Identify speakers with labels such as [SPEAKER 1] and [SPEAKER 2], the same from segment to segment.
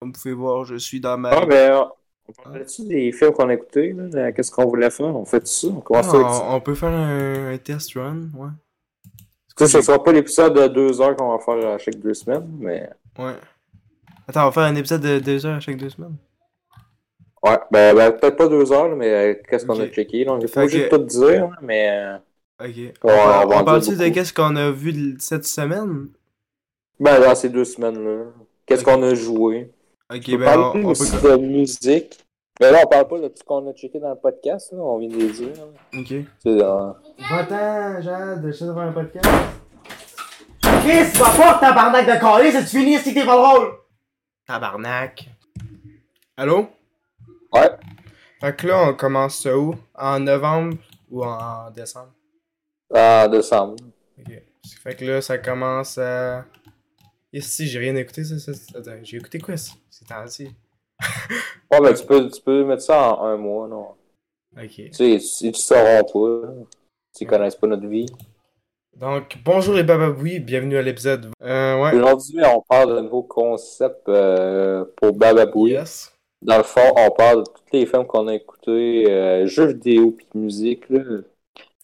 [SPEAKER 1] Comme vous pouvez voir, je suis dans ma.
[SPEAKER 2] Ah, ben,
[SPEAKER 1] hein?
[SPEAKER 2] on parle-tu des films qu'on a écoutés, là? Qu'est-ce qu'on voulait faire? On fait ça? On
[SPEAKER 1] Ah,
[SPEAKER 2] commence ça avec ça.
[SPEAKER 1] on, on peut faire un, un test run, ouais.
[SPEAKER 2] Ça, ce sera pas l'épisode de deux heures qu'on va faire à chaque deux semaines, mais.
[SPEAKER 1] Ouais. Attends, on va faire un épisode de deux heures à chaque deux semaines.
[SPEAKER 2] Ouais, ben, ben, peut-être pas deux heures, là, mais euh, qu'est-ce qu'on a
[SPEAKER 1] Ok.
[SPEAKER 2] checké? Là, on est
[SPEAKER 1] Fait
[SPEAKER 2] pas obligé
[SPEAKER 1] que-
[SPEAKER 2] de tout dire, là, mais. euh,
[SPEAKER 1] Ok. on,
[SPEAKER 2] on va en
[SPEAKER 1] on
[SPEAKER 2] dire
[SPEAKER 1] parle-tu de
[SPEAKER 2] beaucoup.
[SPEAKER 1] qu'est-ce qu'on a vu l- cette semaine?
[SPEAKER 2] Ben, dans ces deux semaines-là, qu'est-ce
[SPEAKER 1] Ok.
[SPEAKER 2] qu'on a joué?
[SPEAKER 1] Ok,
[SPEAKER 2] On
[SPEAKER 1] ben
[SPEAKER 2] parle
[SPEAKER 1] on, on
[SPEAKER 2] aussi
[SPEAKER 1] peut.
[SPEAKER 2] de musique. Mais là, on parle pas de tout ce qu'on a checké dans le podcast, là, on vient de les dire. là.
[SPEAKER 1] Ok.
[SPEAKER 2] C'est euh, dans-
[SPEAKER 1] Va-t'en, Jade, je sais faire un podcast.
[SPEAKER 3] Chris, va pas, tabarnak de coller, c'est tu finis si t'es pas drôle!
[SPEAKER 1] Tabarnak. Allô?
[SPEAKER 2] Ouais.
[SPEAKER 1] Fait que là, on commence ça où? En novembre ou en décembre?
[SPEAKER 2] En décembre.
[SPEAKER 1] Ok. Fait que là, ça commence à. Et si j'ai rien écouté, ça, ça. Attends, j'ai écouté quoi ça? C'est temps-ci.
[SPEAKER 2] Ouais, mais tu peux, tu peux mettre ça en un mois, non?
[SPEAKER 1] Ok.
[SPEAKER 2] Tu sais, ils ne sauront pas. là. Ils connaissent pas notre vie.
[SPEAKER 1] Donc, bonjour les bababouis, bienvenue à l'épisode. Euh, ouais.
[SPEAKER 2] Aujourd'hui, on parle d'un nouveau concept euh, pour Bababoui.
[SPEAKER 1] Yes.
[SPEAKER 2] Dans le fond, on parle de tous les films qu'on a écoutés, euh, jeux vidéo puis musique. Là.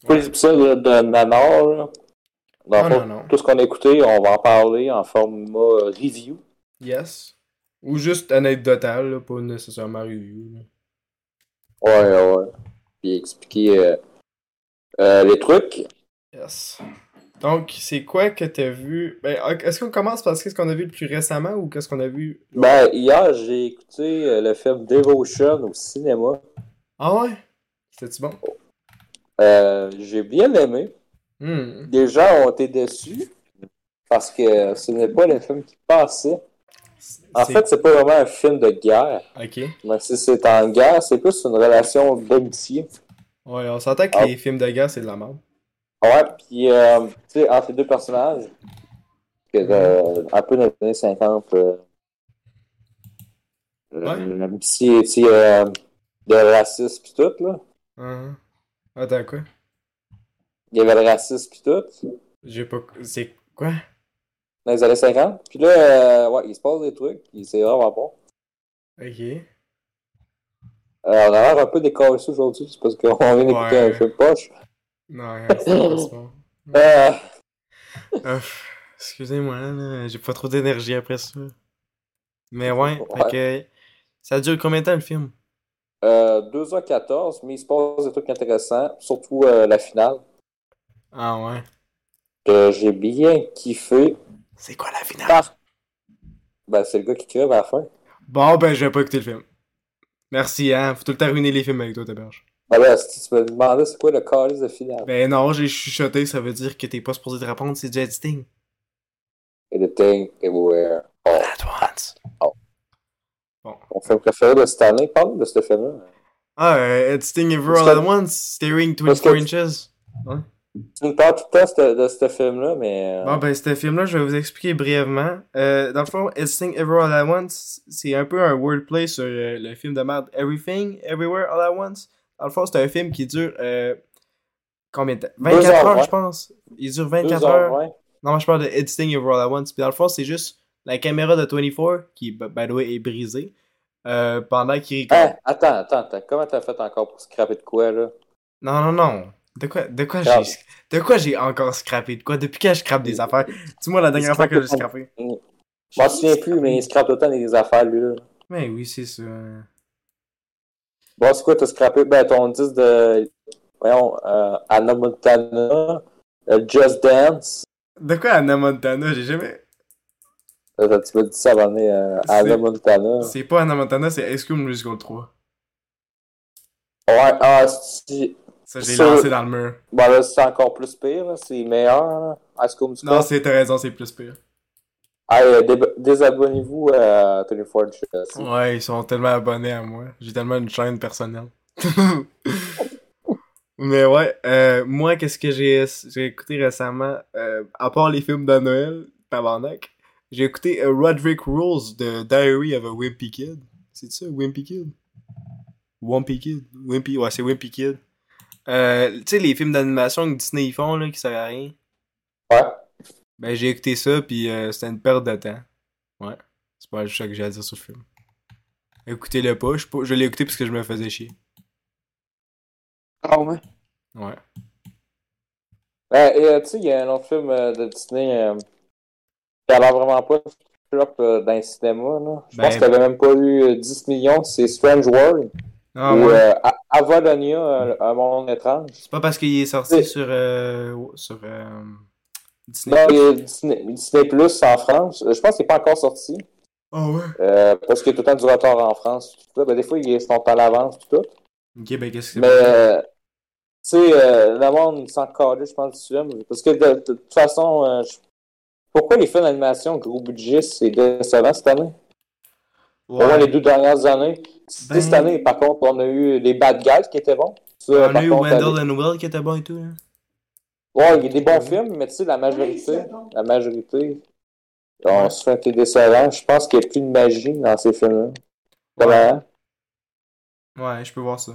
[SPEAKER 2] Tous les épisodes là, de Nanar, là.
[SPEAKER 1] Oh
[SPEAKER 2] dans le fond,
[SPEAKER 1] non, non.
[SPEAKER 2] tout ce qu'on a écouté, on va en parler en format euh, review.
[SPEAKER 1] Yes. Ou juste anecdotal, là, pas nécessairement review. là.
[SPEAKER 2] Ouais, ouais. Puis expliquer euh, euh, les trucs.
[SPEAKER 1] Yes. Donc, c'est quoi que t'as vu? Ben, ok, est-ce qu'on commence par qu'est-ce qu'on a vu le plus récemment ou qu'est-ce qu'on a vu?
[SPEAKER 2] Ben, hier, j'ai écouté euh, le film Devotion au cinéma.
[SPEAKER 1] Ah ouais? C'était-tu bon?
[SPEAKER 2] Euh, j'ai bien aimé.
[SPEAKER 1] Hmm.
[SPEAKER 2] Les gens ont été déçus parce que ce n'est pas le film qui passait.
[SPEAKER 1] C'est-
[SPEAKER 2] En fait, c'est pas vraiment un film de guerre.
[SPEAKER 1] Ok. Ouais,
[SPEAKER 2] Mais si c'est en guerre, c'est plus une relation d'amitié.
[SPEAKER 1] on s'entend que
[SPEAKER 2] Ah.
[SPEAKER 1] les films de guerre, c'est de la merde.
[SPEAKER 2] Ouais, puis, euh, tu sais, entre les deux personnages, que, euh, un peu dans les années 50, euh, euh, l'amitié, tu sais, euh, de racisme pis tout, là.
[SPEAKER 1] Hein? Attends, quoi?
[SPEAKER 2] Il y avait le racisme pis tout,
[SPEAKER 1] J'ai pas. C'est quoi?
[SPEAKER 2] dans les années 50. Puis là, euh, ouais, il se passe des trucs, puis c'est vraiment bon.
[SPEAKER 1] Ok.
[SPEAKER 2] Euh, on a l'air un peu décaissé aujourd'hui, c'est parce qu'on vient d'écouter
[SPEAKER 1] Ouais.
[SPEAKER 2] un film poche.
[SPEAKER 1] Non, rien, c'est pas c'est bon.
[SPEAKER 2] Euh,
[SPEAKER 1] Ouf, excusez-moi, là, j'ai pas trop d'énergie après ça. Mais ouais,
[SPEAKER 2] Ouais.
[SPEAKER 1] fait que- ça dure combien de temps le film?
[SPEAKER 2] euh, 2h14, mais il se passe des trucs intéressants, surtout euh, la finale.
[SPEAKER 1] Ah ouais.
[SPEAKER 2] que j'ai bien kiffé.
[SPEAKER 1] C'est quoi la finale?
[SPEAKER 2] Par... Ben, c'est le gars qui crève à la fin.
[SPEAKER 1] Bon, ben, je vais pas écouter le film. Merci, hein. Faut tout le temps ruiner les films avec toi, Taberge.
[SPEAKER 2] Ah ben, si tu me demandais c'est quoi le calice de finale.
[SPEAKER 1] Ben non, j'ai chuchoté, ça veut dire que t'es pas supposé te répondre, c'est du editing.
[SPEAKER 2] Et the thing everywhere.
[SPEAKER 1] At once.
[SPEAKER 2] Oh. Mon film préféré de cette année parle de ce film-là.
[SPEAKER 1] Ah, euh, editing everywhere all
[SPEAKER 2] Parce
[SPEAKER 1] at
[SPEAKER 2] que-
[SPEAKER 1] once, steering
[SPEAKER 2] parce que-
[SPEAKER 1] 24 inches.
[SPEAKER 2] Tu me parles tout le temps ce- de ce film-là, mais. euh,
[SPEAKER 1] Bon, ben, ce film-là, je vais vous expliquer brièvement. Euh, dans le fond, Everything Everywhere All At Once, c'est un peu un wordplay sur euh, le film de merde Everything Everywhere All At Once. Dans le fond, c'est un film qui dure euh, combien de temps 24
[SPEAKER 2] heures,
[SPEAKER 1] heures,
[SPEAKER 2] ouais.
[SPEAKER 1] je pense. Il dure 24
[SPEAKER 2] 2
[SPEAKER 1] heures.
[SPEAKER 2] heures vingt.
[SPEAKER 1] Non, moi, je parle de Editing Everywhere All At Once. Puis dans le fond, c'est juste la caméra de 24, qui, by the way, est brisée, euh, pendant qu'il record.
[SPEAKER 2] Hein, attends, attends, attends. Comment t'as fait encore pour scraper de quoi, là
[SPEAKER 1] Non, non, non. De quoi, de quoi
[SPEAKER 2] Grave. Mm.
[SPEAKER 1] j'ai de quoi j'ai encore scrappé? De quoi? Depuis quand je scrappe des affaires? Dis-moi la dernière fois que j'ai scrappé.
[SPEAKER 2] Je m'en souviens plus, mais il scrape tout le temps des affaires, lui, là.
[SPEAKER 1] Mais oui, c'est ça.
[SPEAKER 2] Bon, c'est quoi, t'as scrappé Ben, ton 10 de. Voyons, euh, Anna Montana, euh, Just Dance.
[SPEAKER 1] De quoi Anna Montana? J'ai jamais.
[SPEAKER 2] Euh, Tu m'as dit ça avant de venir, euh,
[SPEAKER 1] C'est-
[SPEAKER 2] Anna Montana.
[SPEAKER 1] C'est pas Anna Montana, c'est High School Musical 3.
[SPEAKER 2] Ouais, ah, si.
[SPEAKER 1] Ça, j'ai
[SPEAKER 2] Ça-
[SPEAKER 1] lancé dans le mur.
[SPEAKER 2] Bon, là, c'est encore plus pire, là. c'est meilleur. Là. High School Musical.
[SPEAKER 1] Non, c'est t'as raison, c'est plus pire.
[SPEAKER 2] Hey, euh, dé- désabonnez-vous euh, à 24 Jesse.
[SPEAKER 1] Ouais, ils sont tellement abonnés à moi. J'ai tellement une chaîne personnelle. Mais ouais, euh, moi, qu'est-ce que j'ai j'ai écouté récemment, euh, à part les films de Noël, tabarnak, j'ai écouté euh, Roderick Rules de Diary of a Wimpy Kid. C'est ça, Wimpy Kid? Wimpy Kid? Wimpy, ouais, c'est Wimpy Kid. Euh, tu sais, les films d'animation que Disney ils font, là, qui servent à rien.
[SPEAKER 2] Ouais.
[SPEAKER 1] Ben, j'ai écouté ça, puis euh, c'était une perte de temps. Ouais, c'est pas juste ça que j'ai à dire sur le film. Écoutez-le pas. Je, je l'ai écouté parce que je me faisais chier.
[SPEAKER 2] Ah ouais?
[SPEAKER 1] Ouais.
[SPEAKER 2] Ouais, et euh, tu sais, il y a un autre film euh, de Disney euh, qui a l'air vraiment pas flop euh, dans le cinéma. Là. Je
[SPEAKER 1] Ben-
[SPEAKER 2] pense qu'il avait même pas eu euh, 10 millions, c'est Strange World
[SPEAKER 1] Ah
[SPEAKER 2] ou
[SPEAKER 1] ouais.
[SPEAKER 2] euh, A- Avalonia, un, un monde étrange.
[SPEAKER 1] C'est pas parce qu'il est sorti
[SPEAKER 2] Oui.
[SPEAKER 1] sur. euh, sur. euh, Disney.
[SPEAKER 2] Non, il y a Disney, Disney Plus en France. Euh, Je pense qu'il n'est pas encore sorti
[SPEAKER 1] Ah ouais.
[SPEAKER 2] euh, parce qu'il y a tout le temps du retard en France. Tout ça. Ben, des fois, ils sont à l'avance, tout ça.
[SPEAKER 1] Ok, ben qu'est-ce que c'est
[SPEAKER 2] Mais, euh, tu sais, euh, le monde s'en calait, je pense, du film. Parce que, de, de toute façon, euh, je- pourquoi les films d'animation gros budget, c'est décevant cette année? Au moins, les deux dernières années. Tu sais,
[SPEAKER 1] Ben-
[SPEAKER 2] Cette année, par contre, on a eu les Bad Guys qui étaient bons. Ça,
[SPEAKER 1] On
[SPEAKER 2] par
[SPEAKER 1] a eu
[SPEAKER 2] contre,
[SPEAKER 1] Wendell and Will qui était bon et tout. Là.
[SPEAKER 2] les- Ouais, il y a des bons films, mais tu sais, la majorité, la majorité, on se fait décevant. Je pense qu'il n'y a plus de magie dans ces films-là. Vraiment.
[SPEAKER 1] Ouais, je peux voir ça.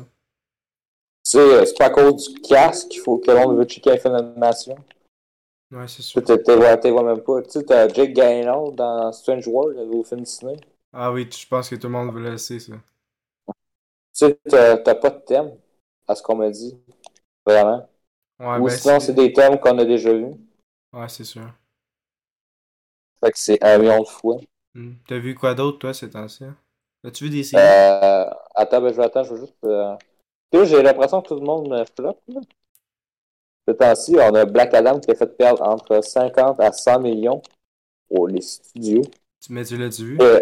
[SPEAKER 2] Tu sais, euh, c'est pas à cause du casque qu'il faut que l'on veut checker un film d'animation.
[SPEAKER 1] Ouais, c'est sûr.
[SPEAKER 2] Tu sais, t'es vois, t'es vois même pas. Tu sais, t'as Jake Gyllenhaal dans Strange World, le nouveau film Disney. Tu
[SPEAKER 1] Ah oui, je pense que tout le monde veut le laisser, ça.
[SPEAKER 2] sais, t'as t'as pas de thème, à ce qu'on m'a dit. Vraiment.
[SPEAKER 1] Ouais,
[SPEAKER 2] Ou
[SPEAKER 1] ben,
[SPEAKER 2] sinon, c'est
[SPEAKER 1] c'est...
[SPEAKER 2] des thèmes qu'on a déjà vus.
[SPEAKER 1] Ouais, c'est sûr.
[SPEAKER 2] Fait que c'est un million de fois.
[SPEAKER 1] Hmm. T'as vu quoi d'autre, toi, ces temps-ci? hein? As-tu vu des séries?
[SPEAKER 2] Euh, attends, ben, je vais attendre, je veux juste. euh, Tu sais, j'ai l'impression que tout le monde euh, flop, là. Ce temps-ci, on a Black Adam qui a fait perdre entre 50 à 100 millions pour les studios.
[SPEAKER 1] Tu- Mais tu l'as-tu vu?
[SPEAKER 2] Euh,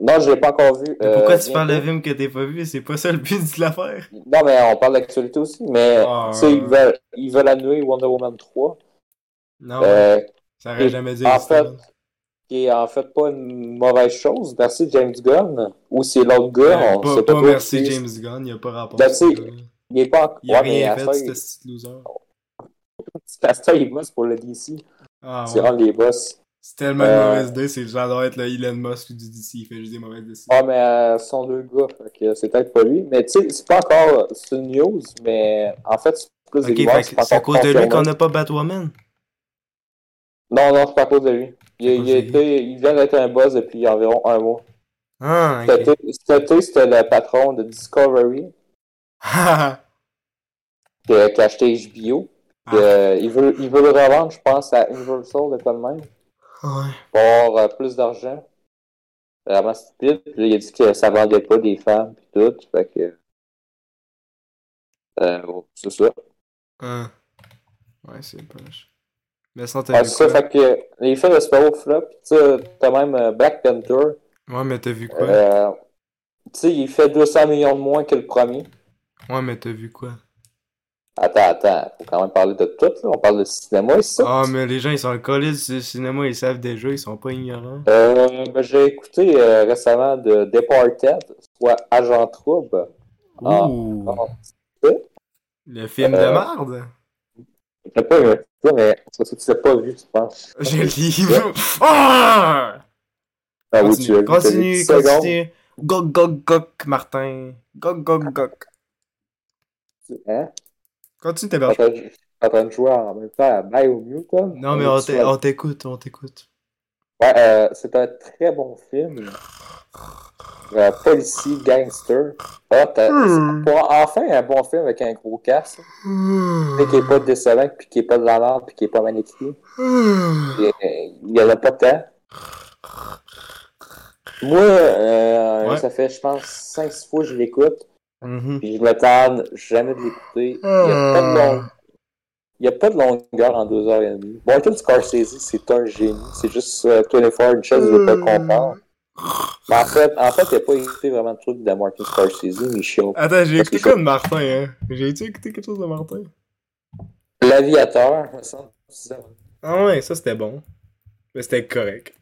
[SPEAKER 2] non, je l'ai pas encore vu.
[SPEAKER 1] Mais
[SPEAKER 2] euh,
[SPEAKER 1] pourquoi tu
[SPEAKER 2] bientôt.
[SPEAKER 1] parles de film que t'as pas vu? C'est pas ça le but de l'affaire.
[SPEAKER 2] Non, mais on parle d'actualité aussi, mais
[SPEAKER 1] Ah,
[SPEAKER 2] tu sais,
[SPEAKER 1] ouais.
[SPEAKER 2] ils veulent, ils veulent annuler Wonder Woman 3,
[SPEAKER 1] Non,
[SPEAKER 2] euh,
[SPEAKER 1] ça aurait
[SPEAKER 2] et-
[SPEAKER 1] jamais dû
[SPEAKER 2] en
[SPEAKER 1] exister,
[SPEAKER 2] fait-
[SPEAKER 1] là.
[SPEAKER 2] qui est en fait pas une mauvaise chose. Merci James Gunn, ou c'est l'autre gars,
[SPEAKER 1] Ouais, Ben,
[SPEAKER 2] on
[SPEAKER 1] pas,
[SPEAKER 2] sait
[SPEAKER 1] pas
[SPEAKER 2] pas. trop
[SPEAKER 1] merci
[SPEAKER 2] qui-
[SPEAKER 1] James Gunn, il a pas rapport.
[SPEAKER 2] Ben, tu sais,
[SPEAKER 1] ce gars-là.
[SPEAKER 2] Il est pas
[SPEAKER 1] Il a
[SPEAKER 2] encore. Ouais, mais
[SPEAKER 1] rien
[SPEAKER 2] à
[SPEAKER 1] fait,
[SPEAKER 2] ça,
[SPEAKER 1] ce
[SPEAKER 2] il-
[SPEAKER 1] petit loser.
[SPEAKER 2] à ça, il bosse pour le DC.
[SPEAKER 1] Ah
[SPEAKER 2] C'est
[SPEAKER 1] ouais.
[SPEAKER 2] un des boss.
[SPEAKER 1] C'est tellement une
[SPEAKER 2] Euh,
[SPEAKER 1] mauvaise idée, c'est le genre doit être le Elon Musk du DC, il fait juste des mauvaises décisions.
[SPEAKER 2] Ah, mais euh, ce sont deux gars, fait que c'est peut-être pas lui. Mais tu sais, c'est pas encore. euh, C'est une news, mais en fait, Ah, c'est plus
[SPEAKER 1] Ok,
[SPEAKER 2] rumeurs,
[SPEAKER 1] fait
[SPEAKER 2] c'est
[SPEAKER 1] que
[SPEAKER 2] pas
[SPEAKER 1] c'est à
[SPEAKER 2] encore
[SPEAKER 1] cause de lui
[SPEAKER 2] confirmé.
[SPEAKER 1] qu'on n'a pas Batwoman.
[SPEAKER 2] Non, non, c'est pas à cause de lui. Il,
[SPEAKER 1] C'est à cause
[SPEAKER 2] il a
[SPEAKER 1] de lui.
[SPEAKER 2] été- il vient d'être un boss depuis environ un mois.
[SPEAKER 1] Ah,
[SPEAKER 2] Cet
[SPEAKER 1] ok.
[SPEAKER 2] été- cet été, c'était le patron de Discovery qui a, qui a acheté HBO.
[SPEAKER 1] Ah.
[SPEAKER 2] Puis, euh, il, veut, il veut le revendre, je pense, à Universal, de quoi de même,
[SPEAKER 1] ouais.
[SPEAKER 2] pour avoir euh, plus d'argent. Vraiment stupide. Puis là, il a dit que ça vendait pas des femmes, puis tout. Fait que. Euh, bon, c'est ça.
[SPEAKER 1] Hein. Ouais, c'est poche. Mais sinon, t'as
[SPEAKER 2] Ouais,
[SPEAKER 1] vu
[SPEAKER 2] c'est Ah, ça.
[SPEAKER 1] quoi?
[SPEAKER 2] Fait que les films de super flop, tu sais, t'as même euh, Black Panther.
[SPEAKER 1] Ouais, mais t'as vu quoi?
[SPEAKER 2] euh, tu sais, il fait 200 millions de moins que le premier.
[SPEAKER 1] Ouais, mais t'as vu quoi?
[SPEAKER 2] Attends, attends, faut quand même parler de tout, là. On parle de cinéma ici.
[SPEAKER 1] Ah, mais les gens, ils sont collés du cinéma, ils savent déjà, ils sont pas ignorants.
[SPEAKER 2] Euh, ben, j'ai écouté euh, récemment de Departed, soit Agent Trouble. Ah.
[SPEAKER 1] Ouh!
[SPEAKER 2] Non,
[SPEAKER 1] Le film de
[SPEAKER 2] Euh,
[SPEAKER 1] merde?
[SPEAKER 2] j'ai pas aimé ça, mais c'est parce que tu l'as pas vu, tu penses.
[SPEAKER 1] J'ai le livre! Ah!
[SPEAKER 2] Ah oui, tu l'as
[SPEAKER 1] Continue,
[SPEAKER 2] vu, t'as
[SPEAKER 1] continue,
[SPEAKER 2] vu 10 secondes.
[SPEAKER 1] continue. Gok, gok, gok, Martin. Gok, gok, gok.
[SPEAKER 2] Hein?
[SPEAKER 1] Continue
[SPEAKER 2] T'es en
[SPEAKER 1] ta
[SPEAKER 2] train de- t'es en train de jouer en même temps à Bio Mutant.
[SPEAKER 1] Non, mais on t'é- on t'écoute, on t'écoute.
[SPEAKER 2] Ouais, euh, c'est un très bon film. Euh, policier, gangster. Ah, t'as-
[SPEAKER 1] Hmm.
[SPEAKER 2] pour enfin un bon film avec un gros casque, mais qui est pas décevant, puis qui est pas de la merde, puis qui est pas mal écrit.
[SPEAKER 1] Mm-hmm.
[SPEAKER 2] euh, Il y en a pas tant. Moi, euh,
[SPEAKER 1] Ouais.
[SPEAKER 2] ça fait, je pense, 5-6 fois que je l'écoute,
[SPEAKER 1] Mhm.
[SPEAKER 2] puis je me tarde jamais de l'écouter. Il y a pas de
[SPEAKER 1] Ah.
[SPEAKER 2] long- il y a pas de longueur en 2h30. Martin Scorsese, c'est un génie. C'est juste euh, 24 une chose, je veux pas
[SPEAKER 1] Euh.
[SPEAKER 2] comprendre. Mais en fait, en fait, il a pas écouté vraiment de trucs de Martin Scorsese, mais chiant.
[SPEAKER 1] Attends, j'ai
[SPEAKER 2] Parce
[SPEAKER 1] écouté
[SPEAKER 2] que
[SPEAKER 1] quoi
[SPEAKER 2] je-
[SPEAKER 1] de Martin, hein? J'ai-tu écouté quelque chose de Martin?
[SPEAKER 2] L'aviateur, me semble, c'est ça.
[SPEAKER 1] Ah ouais, ça c'était bon. Mais c'était correct.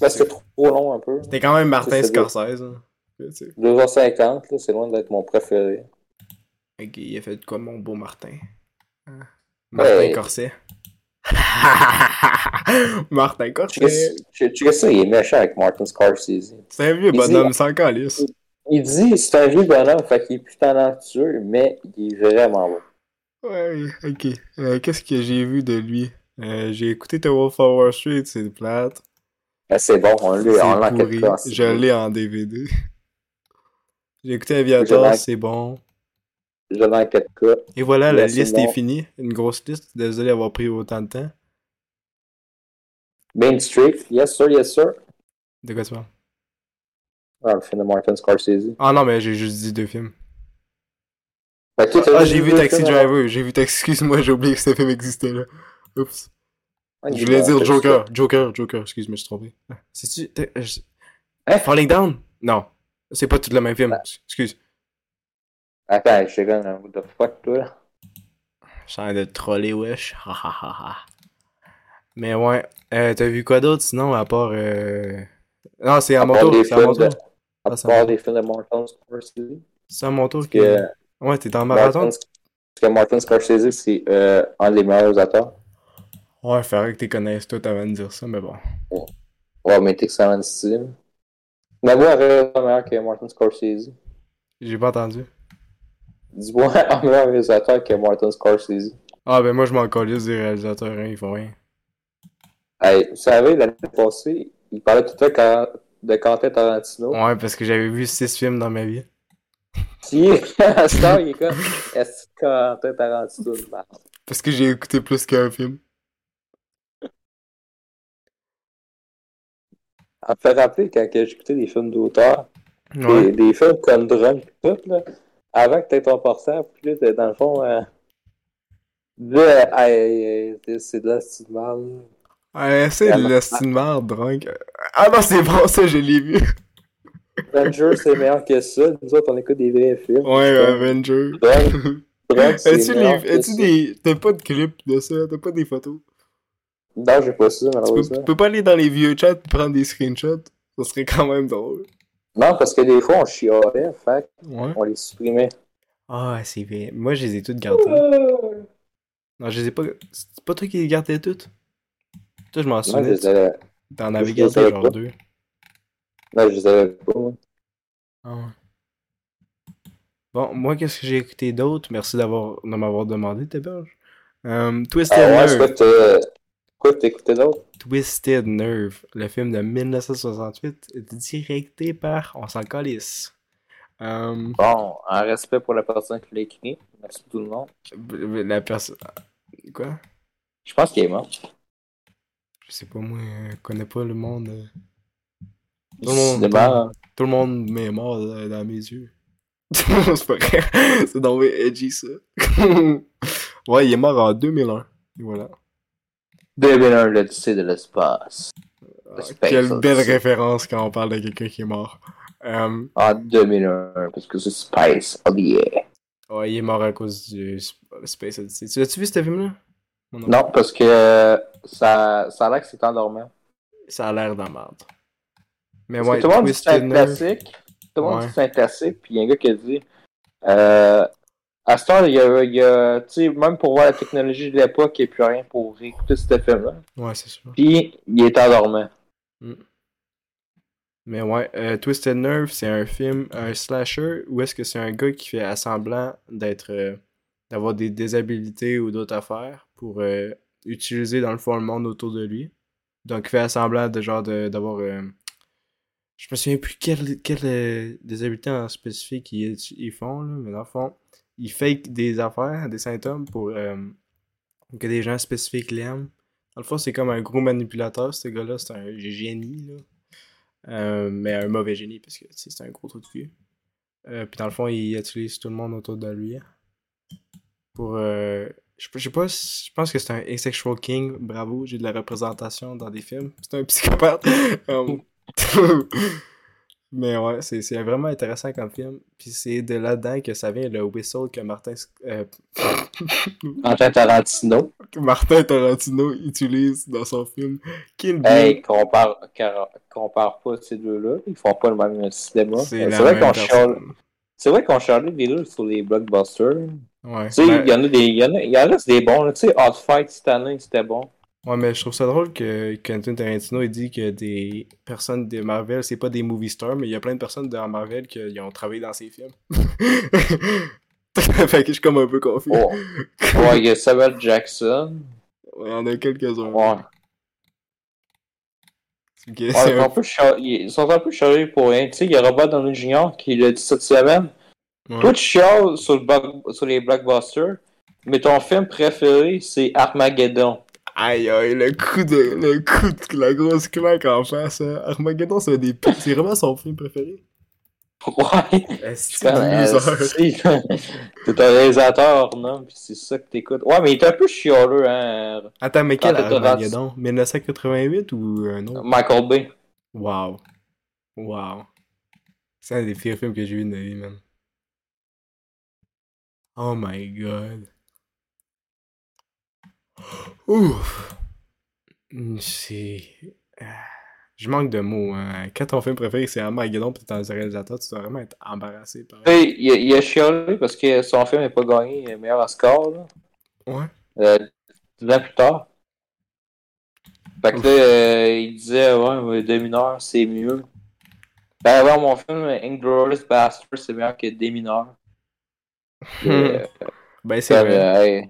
[SPEAKER 2] Parce que c'est trop long un peu.
[SPEAKER 1] C'était quand même Martin
[SPEAKER 2] Ça, c'est bien.
[SPEAKER 1] Scorsese. hein. Tu sais.
[SPEAKER 2] 2h50, là, c'est loin d'être mon préféré.
[SPEAKER 1] Ok, il a fait quoi mon beau Martin? Hein? Martin
[SPEAKER 2] Ouais.
[SPEAKER 1] Corset. Martin Corset.
[SPEAKER 2] Tu sais ça, il est méchant avec Martin Scorsese.
[SPEAKER 1] C'est un vieux
[SPEAKER 2] Easy.
[SPEAKER 1] bonhomme sans calice.
[SPEAKER 2] Il dit, c'est un vieux bonhomme, fait qu'il est plus talentueux, mais il est vraiment bon.
[SPEAKER 1] Ouais, ok. Euh, Qu'est-ce que j'ai vu de lui? Euh, j'ai écouté The Wolf of Wall Street, c'est plate.
[SPEAKER 2] Ben, c'est bon, on
[SPEAKER 1] C'est
[SPEAKER 2] l'a on l'enquête
[SPEAKER 1] pourri.
[SPEAKER 2] pas. c'est
[SPEAKER 1] Je l'ai en DVD. J'ai écouté Aviator, c'est bon.
[SPEAKER 2] Je l'ai en 4K.
[SPEAKER 1] Et voilà, la
[SPEAKER 2] Mais c'est
[SPEAKER 1] liste
[SPEAKER 2] bon.
[SPEAKER 1] est finie. Une grosse liste. Désolé d'avoir pris autant de temps.
[SPEAKER 2] Main Street, yes sir, yes sir.
[SPEAKER 1] De quoi tu parles?
[SPEAKER 2] Ah, le film de Martin Scorsese.
[SPEAKER 1] Ah non, mais j'ai juste dit deux films.
[SPEAKER 2] Fait que toi, t'as
[SPEAKER 1] Ah, j'ai vu
[SPEAKER 2] deux
[SPEAKER 1] Taxi
[SPEAKER 2] films à-
[SPEAKER 1] Driver. J'ai vu Taxi. Excuse-moi, j'ai oublié que ce film existait là. Oups.
[SPEAKER 2] Ah,
[SPEAKER 1] Je voulais dire
[SPEAKER 2] t'as-
[SPEAKER 1] Joker. Joker, Joker. Excuse-moi, je suis trompé. Ah, C'est-tu. t'es- je-
[SPEAKER 2] Hein?
[SPEAKER 1] Falling Down? Non. C'est pas tout le même
[SPEAKER 2] Bah.
[SPEAKER 1] film. Excuse.
[SPEAKER 2] Attends, je sais pas, hein, what the fuck, toi?
[SPEAKER 1] Je suis en train de troller, wesh. Ha, ha, ha, ha. mais ouais. Euh, T'as vu quoi d'autre sinon à part. Euh... Non, c'est à,
[SPEAKER 2] À
[SPEAKER 1] mon
[SPEAKER 2] part
[SPEAKER 1] tour.
[SPEAKER 2] des
[SPEAKER 1] C'est à mon
[SPEAKER 2] films de-
[SPEAKER 1] tour.
[SPEAKER 2] À
[SPEAKER 1] Ah, ça
[SPEAKER 2] part
[SPEAKER 1] va. Mmh.
[SPEAKER 2] des films de Martin Scorsese. Parce
[SPEAKER 1] C'est à mon tour.
[SPEAKER 2] que,
[SPEAKER 1] Que... Ouais, t'es dans le
[SPEAKER 2] Martin,
[SPEAKER 1] marathon?
[SPEAKER 2] parce que Martin Scorsese, c'est euh, un des meilleurs auteurs.
[SPEAKER 1] Ouais, faudrait que t'y connaisses tout avant de dire ça, mais bon.
[SPEAKER 2] Ouais, mais t'es excellent style. Ma voix est meilleur que Martin Scorsese.
[SPEAKER 1] J'ai pas entendu.
[SPEAKER 2] Dis-moi un meilleur réalisateur que Martin Scorsese.
[SPEAKER 1] Ah, ben moi, je m'en calisse des réalisateurs, hein, ils font rien.
[SPEAKER 2] Hey, vous savez, l'année passée, il parlait tout le temps quand- de Quentin Tarantino.
[SPEAKER 1] Ouais, parce que j'avais vu 6 films dans ma vie.
[SPEAKER 2] Puis, à ce temps, il est comme, est-ce que Quentin Tarantino de merde?
[SPEAKER 1] Parce que j'ai écouté plus qu'un film.
[SPEAKER 2] Ça me fait rappeler quand que j'écoutais des films d'auteur,
[SPEAKER 1] Ouais.
[SPEAKER 2] des, des films comme Drunk pis tout, là, avant que t'aies ton portable, puis là, t'es dans le fond, euh, là, hey, hey, hey, c'est de la style de merde, là.
[SPEAKER 1] Ouais, c'est
[SPEAKER 2] Ah,
[SPEAKER 1] l'estime merde, drunk. Ah non, c'est bon, ça, je l'ai vu.
[SPEAKER 2] Avenger, c'est meilleur que ça. Nous autres, on écoute des vrais films.
[SPEAKER 1] Ouais, Avenger.
[SPEAKER 2] Drunk, Drunk, c'est
[SPEAKER 1] As-tu
[SPEAKER 2] meilleur
[SPEAKER 1] les...
[SPEAKER 2] que
[SPEAKER 1] As-tu
[SPEAKER 2] ça.
[SPEAKER 1] des... T'as pas de clip de ça, t'as pas des photos.
[SPEAKER 2] Non, j'ai pas
[SPEAKER 1] Tu
[SPEAKER 2] ça,
[SPEAKER 1] peux, tu
[SPEAKER 2] malheureusement.
[SPEAKER 1] peux pas aller dans les vieux chats et prendre des screenshots. Ça serait quand même drôle.
[SPEAKER 2] Non, parce que des fois, on chialait, fait
[SPEAKER 1] Ouais.
[SPEAKER 2] on les supprimait.
[SPEAKER 1] Ah, c'est bien. Moi, je les ai toutes gardées.
[SPEAKER 2] Moi,
[SPEAKER 1] Non, je les ai pas. C'est pas toi qui les gardais toutes? Toi, je m'en
[SPEAKER 2] je
[SPEAKER 1] souviens.
[SPEAKER 2] les avais...
[SPEAKER 1] T'en
[SPEAKER 2] je
[SPEAKER 1] avais
[SPEAKER 2] les
[SPEAKER 1] gardé
[SPEAKER 2] avais
[SPEAKER 1] genre
[SPEAKER 2] pas.
[SPEAKER 1] deux.
[SPEAKER 2] Non, je les avais pas. moi.
[SPEAKER 1] Ah ouais. Bon, moi, qu'est-ce que j'ai écouté d'autre? Merci d'avoir de m'avoir demandé, t'es belge. Euh, Twisted
[SPEAKER 2] Ah ouais, c'est quoi
[SPEAKER 1] Nerve.
[SPEAKER 2] que t'as- Quoi que t'écoutais d'autre?
[SPEAKER 1] Twisted Nerve, le film de 1968, est directé par. On s'en calisse. Euh,
[SPEAKER 2] Bon, en respect pour la personne qui l'a écrit, merci tout le monde.
[SPEAKER 1] la personne. Quoi?
[SPEAKER 2] Je pense qu'il est mort.
[SPEAKER 1] Je sais pas, moi, je connais pas le monde. euh. Tout le monde.
[SPEAKER 2] C'est mort.
[SPEAKER 1] Tout le monde m'est mort euh, dans mes yeux. c'est pas vrai. C'est donc bien edgy ça. ouais, il est mort en 2001. Et voilà.
[SPEAKER 2] 2001, l'Odyssée de l'espace.
[SPEAKER 1] Ah,
[SPEAKER 2] Space
[SPEAKER 1] Quelle belle
[SPEAKER 2] Odyssey.
[SPEAKER 1] référence quand on parle de quelqu'un qui est mort. Euh,
[SPEAKER 2] En 2001, parce que c'est Space, oh yeah.
[SPEAKER 1] ouais, il est mort à cause du Sp- Space Odyssey. Tu l'as-tu vu ce film-là? Mon ami?
[SPEAKER 2] Non, parce que euh, ça, ça a l'air que c'est endormant.
[SPEAKER 1] Ça a l'air d'en merde. Mais
[SPEAKER 2] Parce que
[SPEAKER 1] ouais,
[SPEAKER 2] tout le monde dit que c'est
[SPEAKER 1] Twisted
[SPEAKER 2] un
[SPEAKER 1] Nerve.
[SPEAKER 2] classique. Tout le monde dit
[SPEAKER 1] Ouais.
[SPEAKER 2] que c'est un classique, puis il y a un gars qui a dit euh, À ce temps, il y a, il y a- tu sais, même pour voir la technologie de l'époque, il n'y a plus rien pour réécouter ce film-là.
[SPEAKER 1] Ouais, c'est sûr.
[SPEAKER 2] Puis il est endormant.
[SPEAKER 1] Mais ouais, euh, Twisted Nerve, c'est un film, un slasher, où est-ce que c'est un gars qui fait à semblant d'être, euh, d'avoir des déshabilités ou d'autres affaires pour euh, utiliser dans le fond le monde autour de lui. Donc il fait à semblant de genre de- d'avoir, euh, je me souviens plus quel, quel euh, déshabilité en spécifique ils, ils font là, mais dans le fond, ils fake des affaires, des symptômes pour euh, que des gens spécifiques l'aiment. Dans le fond, c'est comme un gros manipulateur, ce gars-là, c'est un génie là. Euh, mais un mauvais génie, parce que tu sais, c'est un gros trou de cul. Euh, puis dans le fond, il utilise tout le monde autour de lui. Pour. euh, je je sais pas, si- je pense que c'est un asexual king, bravo, j'ai de la représentation dans des films. C'est un psychopathe. Um, mais ouais, c'est c'est vraiment intéressant comme film. Puis c'est de là-dedans que ça vient le whistle que Martin, Sc- euh,
[SPEAKER 2] Quentin Tarantino.
[SPEAKER 1] que Martin Tarantino utilise dans son film Kill Bill.
[SPEAKER 2] Hey, compare, car- compare pas ces deux-là. Ils font pas le même cinéma.
[SPEAKER 1] c'est
[SPEAKER 2] C'est
[SPEAKER 1] la
[SPEAKER 2] vrai
[SPEAKER 1] même
[SPEAKER 2] qu'on
[SPEAKER 1] personne.
[SPEAKER 2] chiale. C'est vrai qu'on charlie des deux sur les blockbusters.
[SPEAKER 1] Ouais.
[SPEAKER 2] Tu sais, il
[SPEAKER 1] Ben-
[SPEAKER 2] y en a des. Il y en a, il y en a, c'est des bons. là. Tu sais, Hot Fight cette année, c'était bon.
[SPEAKER 1] Ouais, mais je trouve ça drôle que Quentin Tarantino il dit que des personnes de Marvel, c'est pas des movie stars, mais il y a plein de personnes dans Marvel qui euh, ont travaillé dans ces films. fait que je suis comme un peu confus.
[SPEAKER 2] Oh. Ouais, il y a Samuel Jackson.
[SPEAKER 1] Ouais, Il y en a quelques-uns.
[SPEAKER 2] Ouais.
[SPEAKER 1] Ok, c'est
[SPEAKER 2] Ouais, ils, sont un peu char- ils sont un peu chargés pour rien. Tu sais, il y a Robert Downey Jr. qui l'a dit cette semaine.
[SPEAKER 1] Ouais.
[SPEAKER 2] Toi, tu chiales sur, le block- sur les blockbusters, mais ton film préféré, c'est Armageddon.
[SPEAKER 1] Aïe aïe, le coup de. Le coup de. La grosse claque en face. hein. Armageddon, c'est un des pires- C'est vraiment son film préféré.
[SPEAKER 2] Ouais,
[SPEAKER 1] Est-ce
[SPEAKER 2] comme, euh, si, T'es un réalisateur, non? Puis c'est ça que t'écoutes. Ouais, mais il est un peu chialeux, hein,
[SPEAKER 1] Attends, mais quel
[SPEAKER 2] Ah, t'es
[SPEAKER 1] Armageddon 1988 ou euh, un autre
[SPEAKER 2] Michael Bay.
[SPEAKER 1] Wow. Wow. C'est un des pires films que j'ai vu de ma vie, man. Oh my god. Ouf. Hmm, C'est. Ah. Je manque de mots. hein. Quand ton film préféré c'est Armageddon pis t'es un réalisateur, tu dois vraiment être embarrassé par.
[SPEAKER 2] Tu sais, Il, a- il a chialé parce que son film n'a pas gagné le meilleur score, là.
[SPEAKER 1] Ouais.
[SPEAKER 2] euh, dix ans plus tard. Fait que
[SPEAKER 1] Ouf.
[SPEAKER 2] là, euh, il disait, ouais, mais des mineurs, c'est mieux. Ben, avant mon film, Inglourious Bastard, c'est meilleur que des mineurs. Euh,
[SPEAKER 1] Hmm. Ben c'est vrai.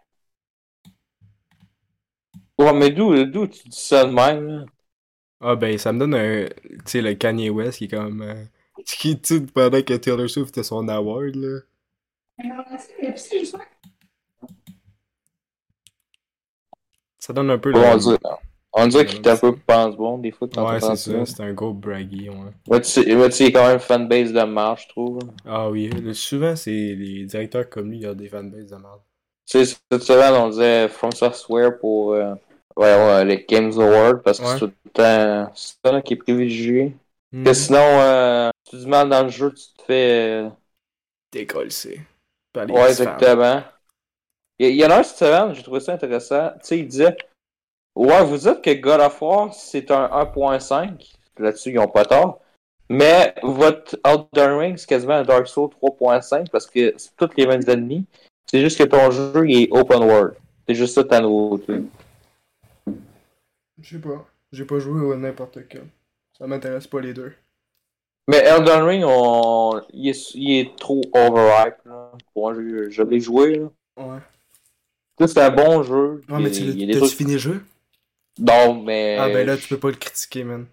[SPEAKER 2] Ouais, mais d'où, d'où tu dis ça de même, là?
[SPEAKER 1] Ah ben ça me donne un. Tu sais, le Kanye West qui est comme. euh, Qui tue pendant que Taylor Swift était son award là. Ça donne un peu
[SPEAKER 2] Bon, on
[SPEAKER 1] le.
[SPEAKER 2] dirait, on dirait qu'il est un peu pense bon, des fois, quand
[SPEAKER 1] Ouais,
[SPEAKER 2] tu
[SPEAKER 1] c'est
[SPEAKER 2] penses
[SPEAKER 1] ça, c'est un gros braggy, ouais.
[SPEAKER 2] Ouais, tu sais, ouais, tu sais, il y a quand même une fanbase de marge, je trouve.
[SPEAKER 1] Ah oui, le- souvent, c'est les directeurs comme lui, il y a des fanbases de merde.
[SPEAKER 2] Tu sais, cette semaine, on disait From Software pour euh, ouais, ouais, les Games Awards parce que
[SPEAKER 1] Ouais.
[SPEAKER 2] c'est tout le temps ça là, qui est privilégié.
[SPEAKER 1] Hmm.
[SPEAKER 2] Que sinon, euh, tu dis mal dans le jeu, tu te fais. euh,
[SPEAKER 1] Décollé, par les
[SPEAKER 2] Ouais,
[SPEAKER 1] fans.
[SPEAKER 2] exactement. Il y- il y en a un cette semaine, j'ai trouvé ça intéressant. Tu sais, il disait Ouais, vous dites que God of War, c'est un 1.5. Là-dessus, ils ont pas tort. Mais votre Elden Ring, c'est quasiment un Dark Souls 3.5 parce que c'est toutes les mêmes ennemis. C'est juste que ton jeu, il est open world. C'est juste ça ta nouveauté.
[SPEAKER 1] Je sais pas, j'ai pas joué à n'importe quel. Ça m'intéresse pas les deux.
[SPEAKER 2] Mais Elden Ring, on... il, est... il est trop overhype. Là, pour un jeu. Je l'ai joué. Là.
[SPEAKER 1] Ouais.
[SPEAKER 2] Tu sais, C'est un bon jeu.
[SPEAKER 1] Non, mais
[SPEAKER 2] puis
[SPEAKER 1] tu
[SPEAKER 2] il y a
[SPEAKER 1] l'as t'as-tu
[SPEAKER 2] des trucs- Euh,
[SPEAKER 1] fini le jeu?
[SPEAKER 2] Non, mais.
[SPEAKER 1] Ah ben là, tu peux pas le critiquer, man.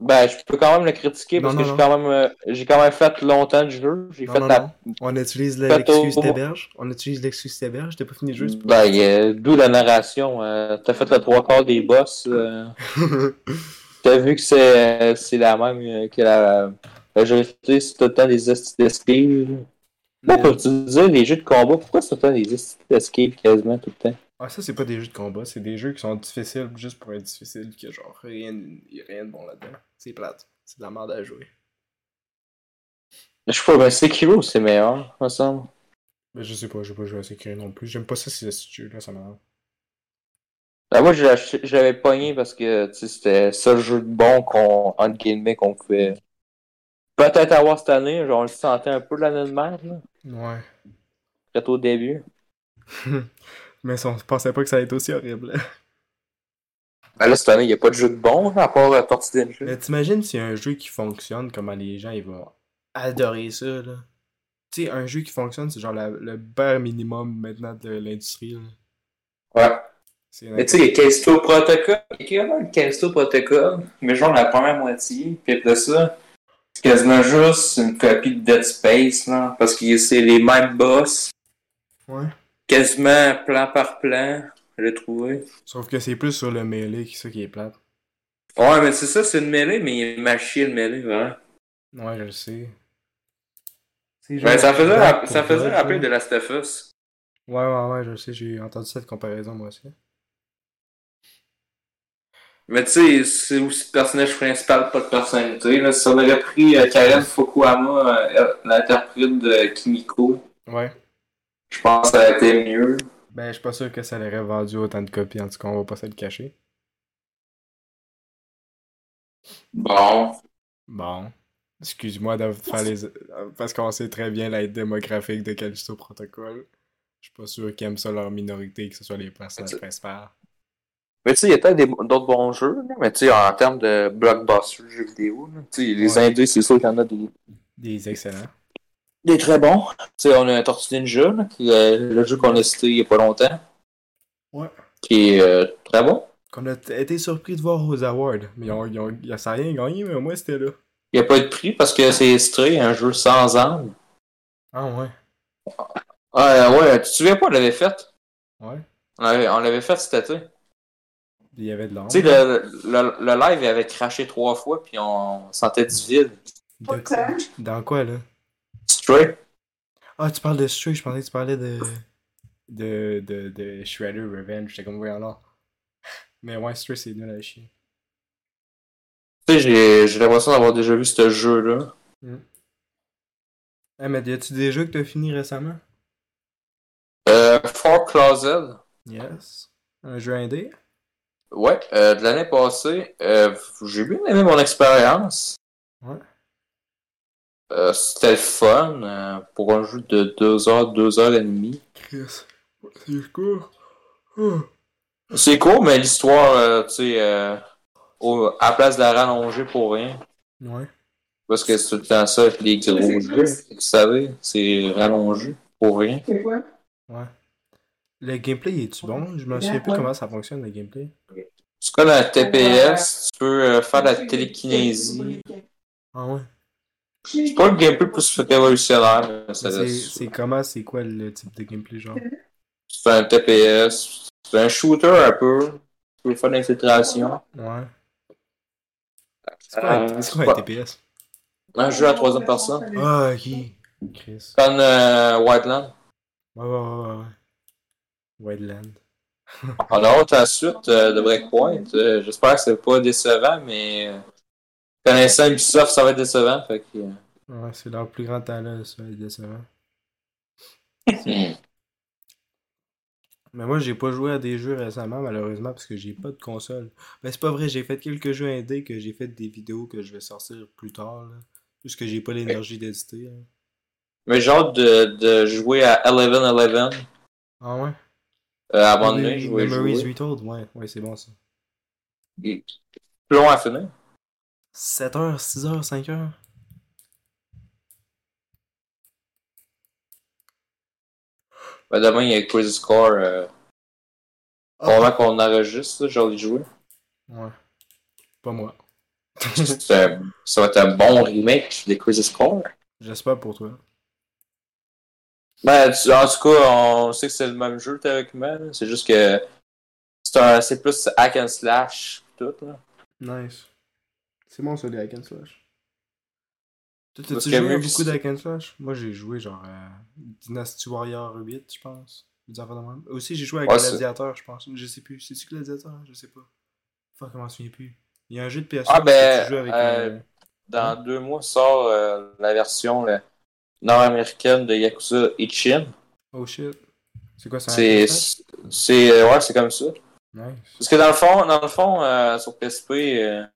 [SPEAKER 2] Ben, je peux quand même le critiquer
[SPEAKER 1] Non,
[SPEAKER 2] parce
[SPEAKER 1] non,
[SPEAKER 2] que j'ai
[SPEAKER 1] non.
[SPEAKER 2] quand, même, euh, j'ai quand même fait longtemps du jeu. J'ai
[SPEAKER 1] Non,
[SPEAKER 2] fait
[SPEAKER 1] non,
[SPEAKER 2] la.
[SPEAKER 1] non. On utilise
[SPEAKER 2] Fait
[SPEAKER 1] la- l'excuse
[SPEAKER 2] au-
[SPEAKER 1] t'héberge. On utilise l'excuse t'héberge, t'as pas fini le jeu, c'est
[SPEAKER 2] Ben, euh, d'où la narration. euh, t'as fait le trois quarts des boss. euh,
[SPEAKER 1] pas-
[SPEAKER 2] t'as vu que c'est, c'est la même euh, que la majorité, c'est tout le temps des estis d'esquive. Là,
[SPEAKER 1] Mm.
[SPEAKER 2] pour te dire, les jeux de combat, pourquoi c'est tout le temps des estis d'esquive quasiment tout le temps?
[SPEAKER 1] Ah, ça, c'est pas des jeux de combat, c'est des jeux qui sont difficiles juste pour être difficiles, que genre, rien, y a rien de bon là-dedans. C'est plate. C'est de la merde à jouer.
[SPEAKER 2] Je sais pas, ben Sekiro, c'est meilleur, me semble.
[SPEAKER 1] Mais je sais pas, j'ai pas joué à Sekiro non plus. J'aime pas ça, ces jeux-là, ça m'énerve.
[SPEAKER 2] Ben, moi, je l'ai acheté- je l'avais pogné parce que tu sais, c'était le seul jeu de bon qu'on, entre guillemets, qu'on pouvait peut-être avoir cette année. Genre, on le sentait un peu l'année de merde, là,
[SPEAKER 1] Ouais.
[SPEAKER 2] très au début.
[SPEAKER 1] Mais ça, on pensait pas que ça allait être aussi horrible.
[SPEAKER 2] Ben là, cette année, il n'y a pas de jeu de bon, à part euh, la partie d'un jeu.
[SPEAKER 1] Mais t'imagines si un jeu qui fonctionne, comment les gens, ils vont adorer ça, là. Tu sais, un jeu qui fonctionne, c'est genre la- le bare minimum maintenant de l'industrie, là.
[SPEAKER 2] Ouais.
[SPEAKER 1] C'est
[SPEAKER 2] Mais tu sais, il y a Callisto Protocol. Il y a quand même Callisto Protocol, mais genre la première moitié, puis après ça, c'est quasiment juste une copie de Dead Space, là, parce que c'est les mêmes boss,
[SPEAKER 1] Ouais.
[SPEAKER 2] quasiment plan par plan, je l'ai trouvé.
[SPEAKER 1] Sauf que c'est plus sur le melee que ça qui est plate.
[SPEAKER 2] Ouais, mais c'est ça, c'est une mêlée, mais il est mal chié le mêlée, vraiment.
[SPEAKER 1] Ouais, je le sais.
[SPEAKER 2] Ben, ça faisait,
[SPEAKER 1] Ouais,
[SPEAKER 2] ça
[SPEAKER 1] pour
[SPEAKER 2] faisait
[SPEAKER 1] vrai,
[SPEAKER 2] rappeler
[SPEAKER 1] ça.
[SPEAKER 2] de Last of Us.
[SPEAKER 1] Ouais, ouais, ouais, je sais, j'ai entendu cette comparaison moi aussi.
[SPEAKER 2] Mais tu sais, c'est aussi le personnage principal, pas de personnalité. Là. Si on aurait pris euh, Karen Fukuyama, euh, elle- l'interprète de Kimiko,
[SPEAKER 1] Ouais.
[SPEAKER 2] je pense que ça aurait été mieux.
[SPEAKER 1] Ben, je suis pas sûr que ça l'aurait vendu autant de copies, en tout cas, on va pas se le cacher.
[SPEAKER 2] Bon.
[SPEAKER 1] Bon. Excuse-moi de faire les. Parce qu'on sait très bien la démographique de Callisto Protocol. Je suis pas sûr qu'ils aiment ça leur minorité, que ce soit les personnages
[SPEAKER 2] Tu-
[SPEAKER 1] principales.
[SPEAKER 2] Mais tu sais, il y a peut-être des- d'autres bons jeux, là, mais tu sais, en termes de blockbuster jeux vidéo, là, tu sais, les
[SPEAKER 1] Ouais.
[SPEAKER 2] indus, c'est sûr qu'il y en a des,
[SPEAKER 1] Des excellents.
[SPEAKER 2] des très bons. Tu sais, on a Tortue Ninja, là, qui est le jeu qu'on a cité il y a pas longtemps.
[SPEAKER 1] Ouais.
[SPEAKER 2] Qui est euh, très bon.
[SPEAKER 1] Qu'on a t- été surpris de voir aux awards. Mais ils ont, ils ont- ils ont- ça a rien gagné, mais au moins c'était là.
[SPEAKER 2] Il n'y a pas de prix parce que c'est Stray, un jeu sans âme.
[SPEAKER 1] Ah ouais.
[SPEAKER 2] Ah ouais, tu te souviens pas, on l'avait fait.
[SPEAKER 1] Ouais.
[SPEAKER 2] On l'avait, on l'avait fait cet été.
[SPEAKER 1] Il y avait de l'ombre.
[SPEAKER 2] Tu sais, le, le, le live, il avait craché trois fois, puis on sentait du vide.
[SPEAKER 1] De quoi? Dans quoi, là?
[SPEAKER 2] Stray.
[SPEAKER 1] Ah, tu parles de Stray, je pensais que tu parlais de. de. de, de Shredder Revenge, j'étais comme voyant là. Mais ouais, Stray, c'est nul à chier.
[SPEAKER 2] Tu sais, j'ai, j'ai l'impression d'avoir déjà vu ce jeu-là.
[SPEAKER 1] Ah, mais y a-tu des jeux que t'as fini récemment?
[SPEAKER 2] Euh, Four Closet.
[SPEAKER 1] Yes. Un jeu indé?
[SPEAKER 2] Ouais, euh, de l'année passée, euh, j'ai bien aimé mon expérience.
[SPEAKER 1] Ouais.
[SPEAKER 2] Euh, c'était le fun euh, pour un jeu de 2 heures, 2 heures et demie.
[SPEAKER 1] Chris. C'est court. Oh.
[SPEAKER 2] C'est court, mais l'histoire, euh, tu sais, euh, au- à la place de la rallonger pour rien,
[SPEAKER 1] Ouais.
[SPEAKER 2] parce que c'est tout le temps ça avec les gros jeux, vous savez, c'est rallongé pour rien.
[SPEAKER 4] C'est quoi?
[SPEAKER 1] Ouais. Le gameplay est-tu bon? Je me souviens plus comment ça fonctionne le gameplay.
[SPEAKER 2] C'est comme un TPS, tu peux euh, faire de la télékinésie.
[SPEAKER 1] Ah ouais.
[SPEAKER 2] C'est pas le gameplay plus révolutionnaire, mais ça
[SPEAKER 1] C'est
[SPEAKER 2] reste-
[SPEAKER 1] c'est comment, c'est quoi le type de gameplay genre?
[SPEAKER 2] C'est un TPS. C'est un shooter un peu. Tu peux faire de l'infiltration.
[SPEAKER 1] Ouais. C'est quoi,
[SPEAKER 2] Euh,
[SPEAKER 1] un- c'est quoi
[SPEAKER 2] c'est
[SPEAKER 1] un
[SPEAKER 2] pas-
[SPEAKER 1] TPS?
[SPEAKER 2] Un jeu à troisième personne.
[SPEAKER 1] Ah ok. Chris.
[SPEAKER 2] Comme euh, Wildland.
[SPEAKER 1] Ouais ouais ouais ouais. Wildland.
[SPEAKER 2] On a hâte à la suite euh, de Breakpoint. Euh, J'espère que c'est pas décevant, mais euh, connaissant Ubisoft, ça va être décevant. Fait que, euh,
[SPEAKER 1] Ouais, c'est leur plus grand talent, ça, les décevants. Mais moi, j'ai pas joué à des jeux récemment, malheureusement, parce que j'ai pas de console. Mais c'est pas vrai, j'ai fait quelques jeux indés que j'ai fait des vidéos que je vais sortir plus tard, là. Juste que j'ai pas l'énergie d'éditer. là.
[SPEAKER 2] Mais j'ai hâte de, de jouer à 11-11
[SPEAKER 1] Ah ouais?
[SPEAKER 2] euh, à un moment donné. Je vais
[SPEAKER 1] Ah, Memories
[SPEAKER 2] jouer.
[SPEAKER 1] Retold, ouais, ouais, c'est bon ça.
[SPEAKER 2] Plus long à finir.
[SPEAKER 1] 7h, 6h, 5h?
[SPEAKER 2] Ben, demain, il y a Crazy Score. Euh, Pendant qu'on enregistre, là, j'ai envie de jouer.
[SPEAKER 1] Ouais. Pas moi.
[SPEAKER 2] C'est un- ça va être un bon remake des Crazy Score.
[SPEAKER 1] J'espère pour toi.
[SPEAKER 2] Ben, tu- en tout cas, on sait que c'est le même jeu théoriquement. là. C'est juste que c'est un- c'est plus hack and slash pis tout. Là.
[SPEAKER 1] Nice. C'est bon ça, les hack and slash. Toi,
[SPEAKER 2] Parce
[SPEAKER 1] t'as-tu
[SPEAKER 2] que
[SPEAKER 1] joué à
[SPEAKER 2] même
[SPEAKER 1] beaucoup
[SPEAKER 2] si-
[SPEAKER 1] d'hack and slash? Moi, j'ai joué genre à Dynasty Warrior 8, je pense. Des affaires de même. Aussi, j'ai joué à
[SPEAKER 2] Ouais, c'est-
[SPEAKER 1] Gladiator, je pense. Je sais plus. C'est-tu Gladiator? Je sais pas. Enfin, comment je me souviens plus. Il y a un jeu de PS4
[SPEAKER 2] Ah, ben,
[SPEAKER 1] tu joues avec...
[SPEAKER 2] euh,
[SPEAKER 1] un-
[SPEAKER 2] Dans deux mois sort euh, la version là, nord-américaine de Yakuza Ichin.
[SPEAKER 1] Oh shit. C'est quoi, ça?
[SPEAKER 2] C'est c'est euh, ouais, c'est comme ça.
[SPEAKER 1] Nice.
[SPEAKER 2] Parce que dans le fond, dans le fond euh, sur PSP, euh,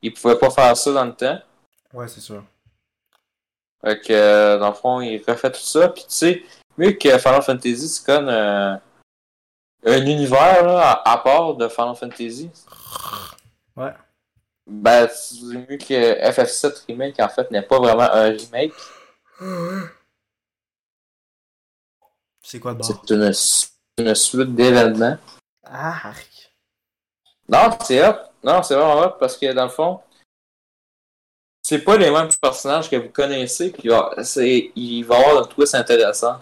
[SPEAKER 2] ils pouvaient pas faire ça dans le temps.
[SPEAKER 1] Ouais, c'est sûr.
[SPEAKER 2] Fait que, euh, dans le fond, il refait tout ça. Puis, tu sais, mieux que Final Fantasy, c'est comme euh, un univers là, à, à part de Final Fantasy.
[SPEAKER 1] Ouais.
[SPEAKER 2] Ben, c'est mieux que FF7 Remake, en fait, n'est pas vraiment un remake.
[SPEAKER 1] C'est quoi de bord?
[SPEAKER 2] C'est une, su- une suite d'événements.
[SPEAKER 1] Ah, arc.
[SPEAKER 2] Non, c'est hop. Non, c'est vraiment hop parce que, dans le fond, c'est pas les mêmes personnages que vous connaissez. Puis, il va c'est- il va y avoir un twist intéressant.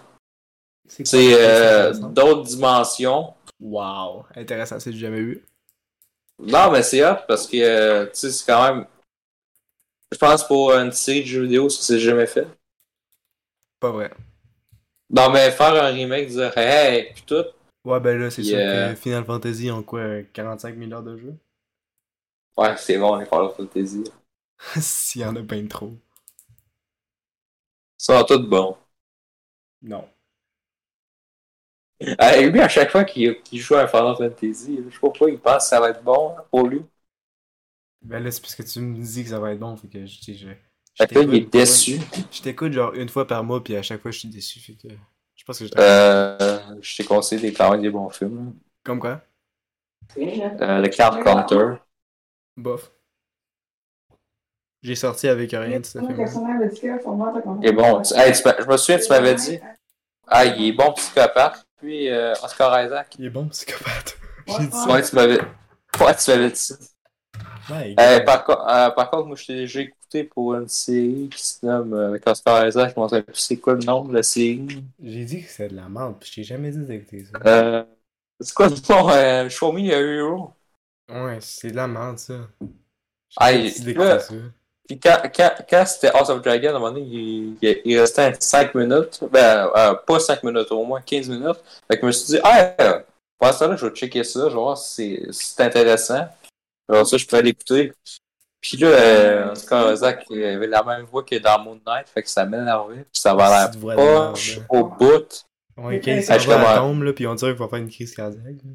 [SPEAKER 1] C'est quoi?
[SPEAKER 2] C'est euh,
[SPEAKER 1] intéressant?
[SPEAKER 2] d'autres dimensions.
[SPEAKER 1] Wow. Intéressant, c'est du jamais vu.
[SPEAKER 2] Non, mais c'est hot parce que, euh, tu sais, c'est quand même. Je pense pour une série de jeux vidéo, ça s'est jamais fait.
[SPEAKER 1] Pas vrai.
[SPEAKER 2] Non, mais faire un remake, dire hey, pis tout.
[SPEAKER 1] Ouais, ben là, c'est
[SPEAKER 2] Yeah.
[SPEAKER 1] sûr que Final Fantasy ont quoi, euh, 45 000 heures de jeu?
[SPEAKER 2] Ouais, c'est bon, on est par la fantasy.
[SPEAKER 1] S'il y en a bien trop.
[SPEAKER 2] Ils sont tous bons.
[SPEAKER 1] Non.
[SPEAKER 2] Euh, lui, à chaque fois qu'il qu'il joue à Final Fantasy, je sais pas pourquoi il pense que ça va être bon hein, pour lui.
[SPEAKER 1] Ben là, c'est parce que tu me dis que ça va être bon, fait que je dis, je. je
[SPEAKER 2] Fait que là, il est
[SPEAKER 1] t'écoute, ouais.
[SPEAKER 2] déçu.
[SPEAKER 1] Je t'écoute genre une fois par mois, puis à chaque fois, je suis déçu, fait que. Je pense que je.
[SPEAKER 2] Euh, je t'ai conseillé des, quand même des bons films.
[SPEAKER 1] Comme quoi?
[SPEAKER 4] C'est
[SPEAKER 2] Euh, le Card Counter.
[SPEAKER 1] Bof. J'ai sorti avec rien de ce film.
[SPEAKER 2] Il est bon. Tu- hey, tu m'as- je me souviens, tu ah, m'avais dit. Ah, il est bon psychopathe. Puis euh, Oscar Isaac.
[SPEAKER 1] Il est bon, psychopathe. J'ai dit
[SPEAKER 4] Ah.
[SPEAKER 1] ça.
[SPEAKER 2] Ouais, tu m'avais. Ouais, tu m'avais dit ça.
[SPEAKER 1] My
[SPEAKER 2] Euh,
[SPEAKER 1] God.
[SPEAKER 2] par, co- euh, par contre, moi, je t'ai- j'ai écouté pour une série qui se nomme euh, avec Oscar Isaac. Je m'en souviens plus c'est quoi le nom de la série.
[SPEAKER 1] J'ai dit que c'est de la merde, pis je t'ai jamais dit d'écouter ça.
[SPEAKER 2] Euh, c'est quoi le nom euh, Show Me a Hero.
[SPEAKER 1] Ouais, c'est de la merde, ça.
[SPEAKER 2] Aïe,
[SPEAKER 1] J'ai dit d'écouter
[SPEAKER 2] là-
[SPEAKER 1] ça.
[SPEAKER 2] Puis quand, quand, quand c'était House of Dragon, à un moment donné, il, il- il restait 5 minutes. Ben, euh, pas 5 minutes, au moins 15 minutes. Fait que je me suis dit, ah, euh, pendant ce temps-là, je vais checker ça, je vais voir si c'est- si c'est intéressant. Alors ça, je peux aller écouter. Puis là, euh, en tout cas, Zach il avait la même voix que dans Moon Knight, fait que ça m'énervait. Puis ça va
[SPEAKER 1] Petite voix
[SPEAKER 2] l'air
[SPEAKER 1] de
[SPEAKER 2] poche
[SPEAKER 1] merde,
[SPEAKER 2] au bout.
[SPEAKER 1] Ouais, ok,
[SPEAKER 3] Ah,
[SPEAKER 1] il s'en
[SPEAKER 2] je
[SPEAKER 1] va à la
[SPEAKER 2] comprends.
[SPEAKER 1] tombe, là, pis on dirait qu'il va faire une crise cardiaque. là.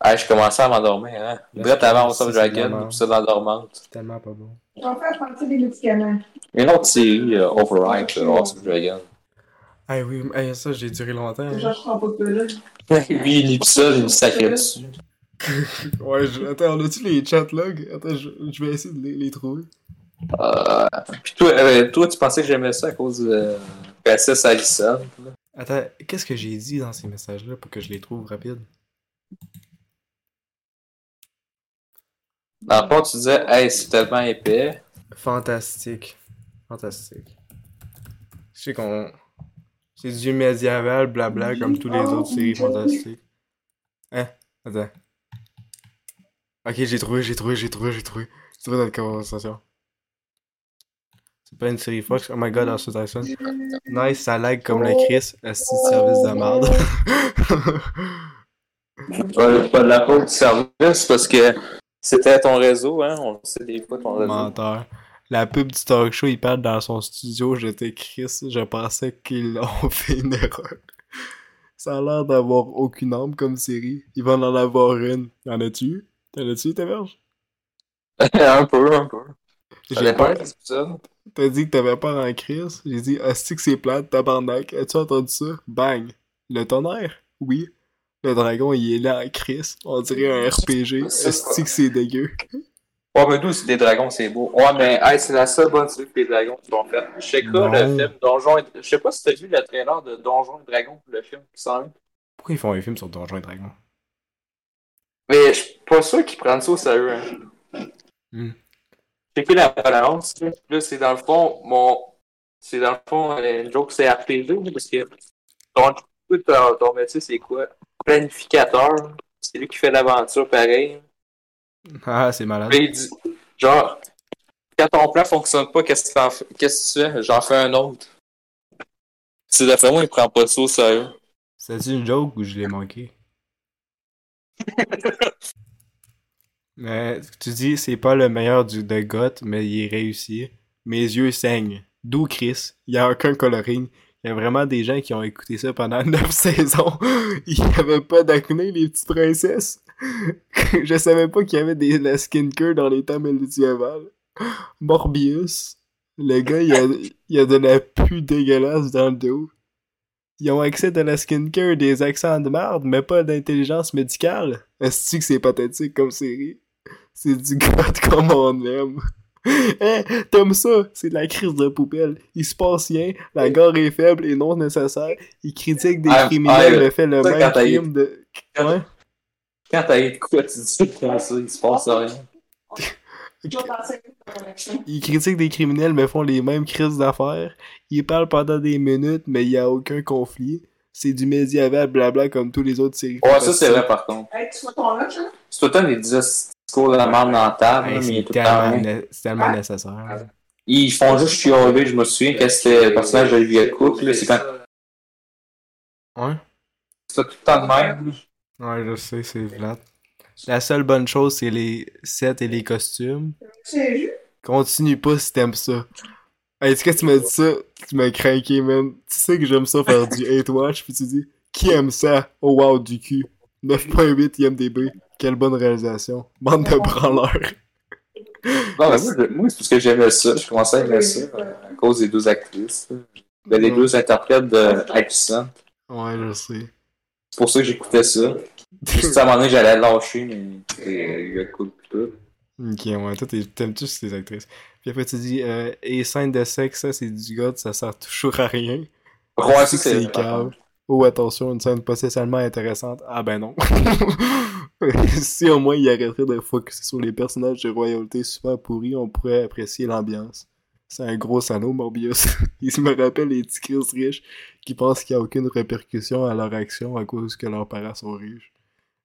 [SPEAKER 2] Ah, je commençais à m'endormir, hein.
[SPEAKER 1] Là,
[SPEAKER 2] Brett
[SPEAKER 1] c'est-
[SPEAKER 2] avant House
[SPEAKER 1] c'est-
[SPEAKER 2] of
[SPEAKER 1] c'est
[SPEAKER 2] Dragon,
[SPEAKER 1] vraiment-
[SPEAKER 2] puis ça l'endormante.
[SPEAKER 1] C'est tellement pas bon.
[SPEAKER 4] Je vais faire partie des médicaments.
[SPEAKER 2] Une autre série, euh, Overhype, euh, House of Dragon.
[SPEAKER 1] Ah oui, ah, ça, j'ai duré longtemps.
[SPEAKER 4] Je
[SPEAKER 1] hein.
[SPEAKER 4] reprends pas de là.
[SPEAKER 2] Lui, l'épisode, il me sacrait dessus.
[SPEAKER 1] Ouais, je- attends, on a-tu les chatlogs? Attends, je, je vais essayer de les, les trouver.
[SPEAKER 2] Euh, puis toi, euh, toi, tu pensais que j'aimais ça à cause de euh, Princess Allison.
[SPEAKER 1] Attends, qu'est-ce que j'ai dit dans ces messages-là pour que je les trouve rapides?
[SPEAKER 2] Dans le fond, tu disais, hey, c'est tellement épais.
[SPEAKER 1] Fantastique. Fantastique. Je sais qu'on. C'est du médiéval, blabla, comme tous les autres séries fantastiques. Hein? Attends. Ok, j'ai trouvé, j'ai trouvé, j'ai trouvé, j'ai trouvé. J'ai trouvé notre conversation. C'est pas une série Fox. Oh my god, Arthur Tyson. Nice, ça lag comme la Chris. Esti de service de merde.
[SPEAKER 2] Ouais, pas de la faute du service parce que c'était ton réseau, hein. On le sait des fois ton réseau.
[SPEAKER 1] Menteur. La pub du talk show, il parle dans son studio. J'étais Chris, je pensais qu'ils ont fait une erreur. Ça a l'air d'avoir aucune âme comme série. Ils vont en avoir une. Y'en as-tu? T'en as-tu, ta verge?
[SPEAKER 2] un peu, un peu.
[SPEAKER 1] J'ai
[SPEAKER 2] pas
[SPEAKER 1] peur. T'as dit que t'avais peur en Chris. J'ai dit, hostie que c'est plate, tabarnak. As-tu entendu ça? Bang. Le tonnerre? Oui. Le dragon, il est là en Chris. On dirait un RPG. Hostie que c'est dégueu.
[SPEAKER 2] Ouais, mais d'où c'est des dragons, c'est beau. Ouais, mais hey, c'est la seule bonne série que les dragons qui vont faire. Je sais
[SPEAKER 1] Non.
[SPEAKER 2] quoi, le film Donjon et... Je sais pas si t'as vu le trailer de Donjon et Dragon, le film qui s'en vient.
[SPEAKER 1] Pourquoi ils font un film sur Donjons et Dragons?
[SPEAKER 2] Mais je suis pas sûr qu'ils prennent ça au sérieux. Hein.
[SPEAKER 1] Hmm.
[SPEAKER 2] J'ai fait la balance. Là, Là, c'est dans le fond, mon. C'est dans le fond, euh, une joke, c'est RPG, là, parce que ton, ton, ton métier, c'est quoi Planificateur. C'est lui qui fait l'aventure, pareil.
[SPEAKER 1] Ah, c'est malade.
[SPEAKER 2] Mais il dit, genre, quand ton plan fonctionne pas, qu'est-ce que t'en fais- qu'est-ce que tu fais J'en fais un autre. C'est d'après moi, il prend pas ça au sérieux.
[SPEAKER 1] C'était une joke ou je l'ai manqué? Mais tu dis, c'est pas le meilleur du de Goth, mais il est réussi. Mes yeux saignent. D'où Chris? Il y a aucun coloring. Il y a vraiment des gens qui ont écouté ça pendant 9 saisons. Il n'y avait pas d'acné, les petites princesses. Je savais pas qu'il y avait des, la skincare dans les temps médiévales. Morbius. Le gars, il a, il a de la pue dégueulasse dans le dos. Ils ont accès à la skincare, des accents de merde, mais pas d'intelligence médicale. Est-ce que c'est pathétique comme série? C'est du god comme on aime. Hein, t'aimes ça? C'est de la crise de poubelle. Il se passe rien, la gare est faible et non nécessaire. Il critique des
[SPEAKER 2] Eh. Ah, ah,
[SPEAKER 1] criminels,
[SPEAKER 2] euh,
[SPEAKER 1] mais fait le
[SPEAKER 2] ça,
[SPEAKER 1] même
[SPEAKER 2] quand t'as eu-
[SPEAKER 1] crime de...
[SPEAKER 2] quand-
[SPEAKER 1] Ouais.
[SPEAKER 2] Quand t'as eu de quoi, tu dis comme ça, il se passe rien.
[SPEAKER 4] Je vais passer à la connexion.
[SPEAKER 1] Ils critiquent des criminels mais font les mêmes crises d'affaires. Ils parlent pendant des minutes mais il n'y a aucun conflit. C'est du médiéval blabla comme tous les autres séries.
[SPEAKER 2] Ouais, ça, c'est vrai, par contre.
[SPEAKER 4] Hey, tu fais ton lunch, hein?
[SPEAKER 2] C'est tout le temps les 10 discours de la merde mentale,
[SPEAKER 1] Hey,
[SPEAKER 2] mais il est
[SPEAKER 1] c'est
[SPEAKER 2] tout le temps
[SPEAKER 1] tellement,
[SPEAKER 2] rien.
[SPEAKER 1] né- c'est tellement
[SPEAKER 4] Ah.
[SPEAKER 1] nécessaire. là.
[SPEAKER 2] Ils font juste chialer, je me souviens, quand c'était le personnage d'Olivia Cook, là, c'est quand
[SPEAKER 1] Ouais.
[SPEAKER 2] c'est tout le temps de même.
[SPEAKER 1] Ouais, je sais, c'est flat. La seule bonne chose, c'est les sets et les costumes.
[SPEAKER 4] C'est juste.
[SPEAKER 1] Continue pas si t'aimes ça. Hey, tu sais, quand tu m'as dit ça, tu m'as craqué, man. Tu sais que j'aime ça faire du hate watch, puis tu dis, qui aime ça? Oh wow, du cul. 9.8 IMDB. Quelle bonne réalisation. Bande de branleurs.
[SPEAKER 2] Non, mais moi, je- moi, c'est parce que j'aimais ça, je commençais à aimer ça, euh, à cause des deux actrices, là. ben, les
[SPEAKER 1] Ouais.
[SPEAKER 2] deux interprètes de Acusan.
[SPEAKER 1] Ouais, je sais.
[SPEAKER 2] C'est pour ça que j'écoutais ça. Juste à un moment donné, j'allais lâcher, mais c'était Olivia Cook pis tout.
[SPEAKER 1] Ok, ouais, toi, t'es- t'aimes tous les actrices. Puis après, tu dis, euh, et scène de sexe, ça, c'est du god, ça sert toujours à rien.
[SPEAKER 2] Ouais, ça,
[SPEAKER 1] c'est
[SPEAKER 2] c'est
[SPEAKER 1] cave. Oh, attention, une scène potentiellement intéressante. Ah ben non. si au moins il arrêterait de focuser sur les personnages de royauté super pourris, on pourrait apprécier l'ambiance. C'est un gros salaud, Morbius. il se me rappelle les petits Chris riches qui pensent qu'il n'y a aucune répercussion à leur action à cause que leurs parents sont riches.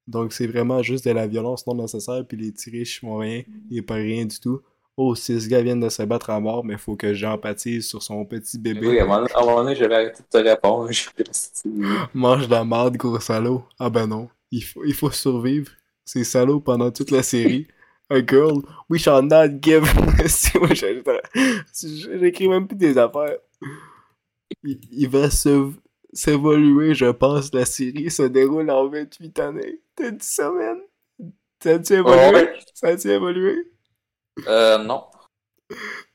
[SPEAKER 1] Donc c'est vraiment juste de la violence non nécessaire, puis les petits riches font rien, ils pas rien du tout. Oh, si ce gars vient de se battre à mort, mais faut que j'empathise sur son petit bébé.
[SPEAKER 2] Oui, à un moment à un moment donné, j'avais arrêté de te répondre. Je resté...
[SPEAKER 1] mange de la merde, gros salaud. Ah ben non, il faut, il faut survivre. C'est salaud pendant toute la série. A girl, we shall not give. Si moi, j'ai- j'ai- J'écris même plus des affaires. Il, il va se- s'évoluer, je pense. La série se déroule en 28 années. T'as dit ça, man? Ça a-tu évolué?
[SPEAKER 2] Ah Ouais.
[SPEAKER 1] Ça a-tu évolué?
[SPEAKER 2] Euh, non.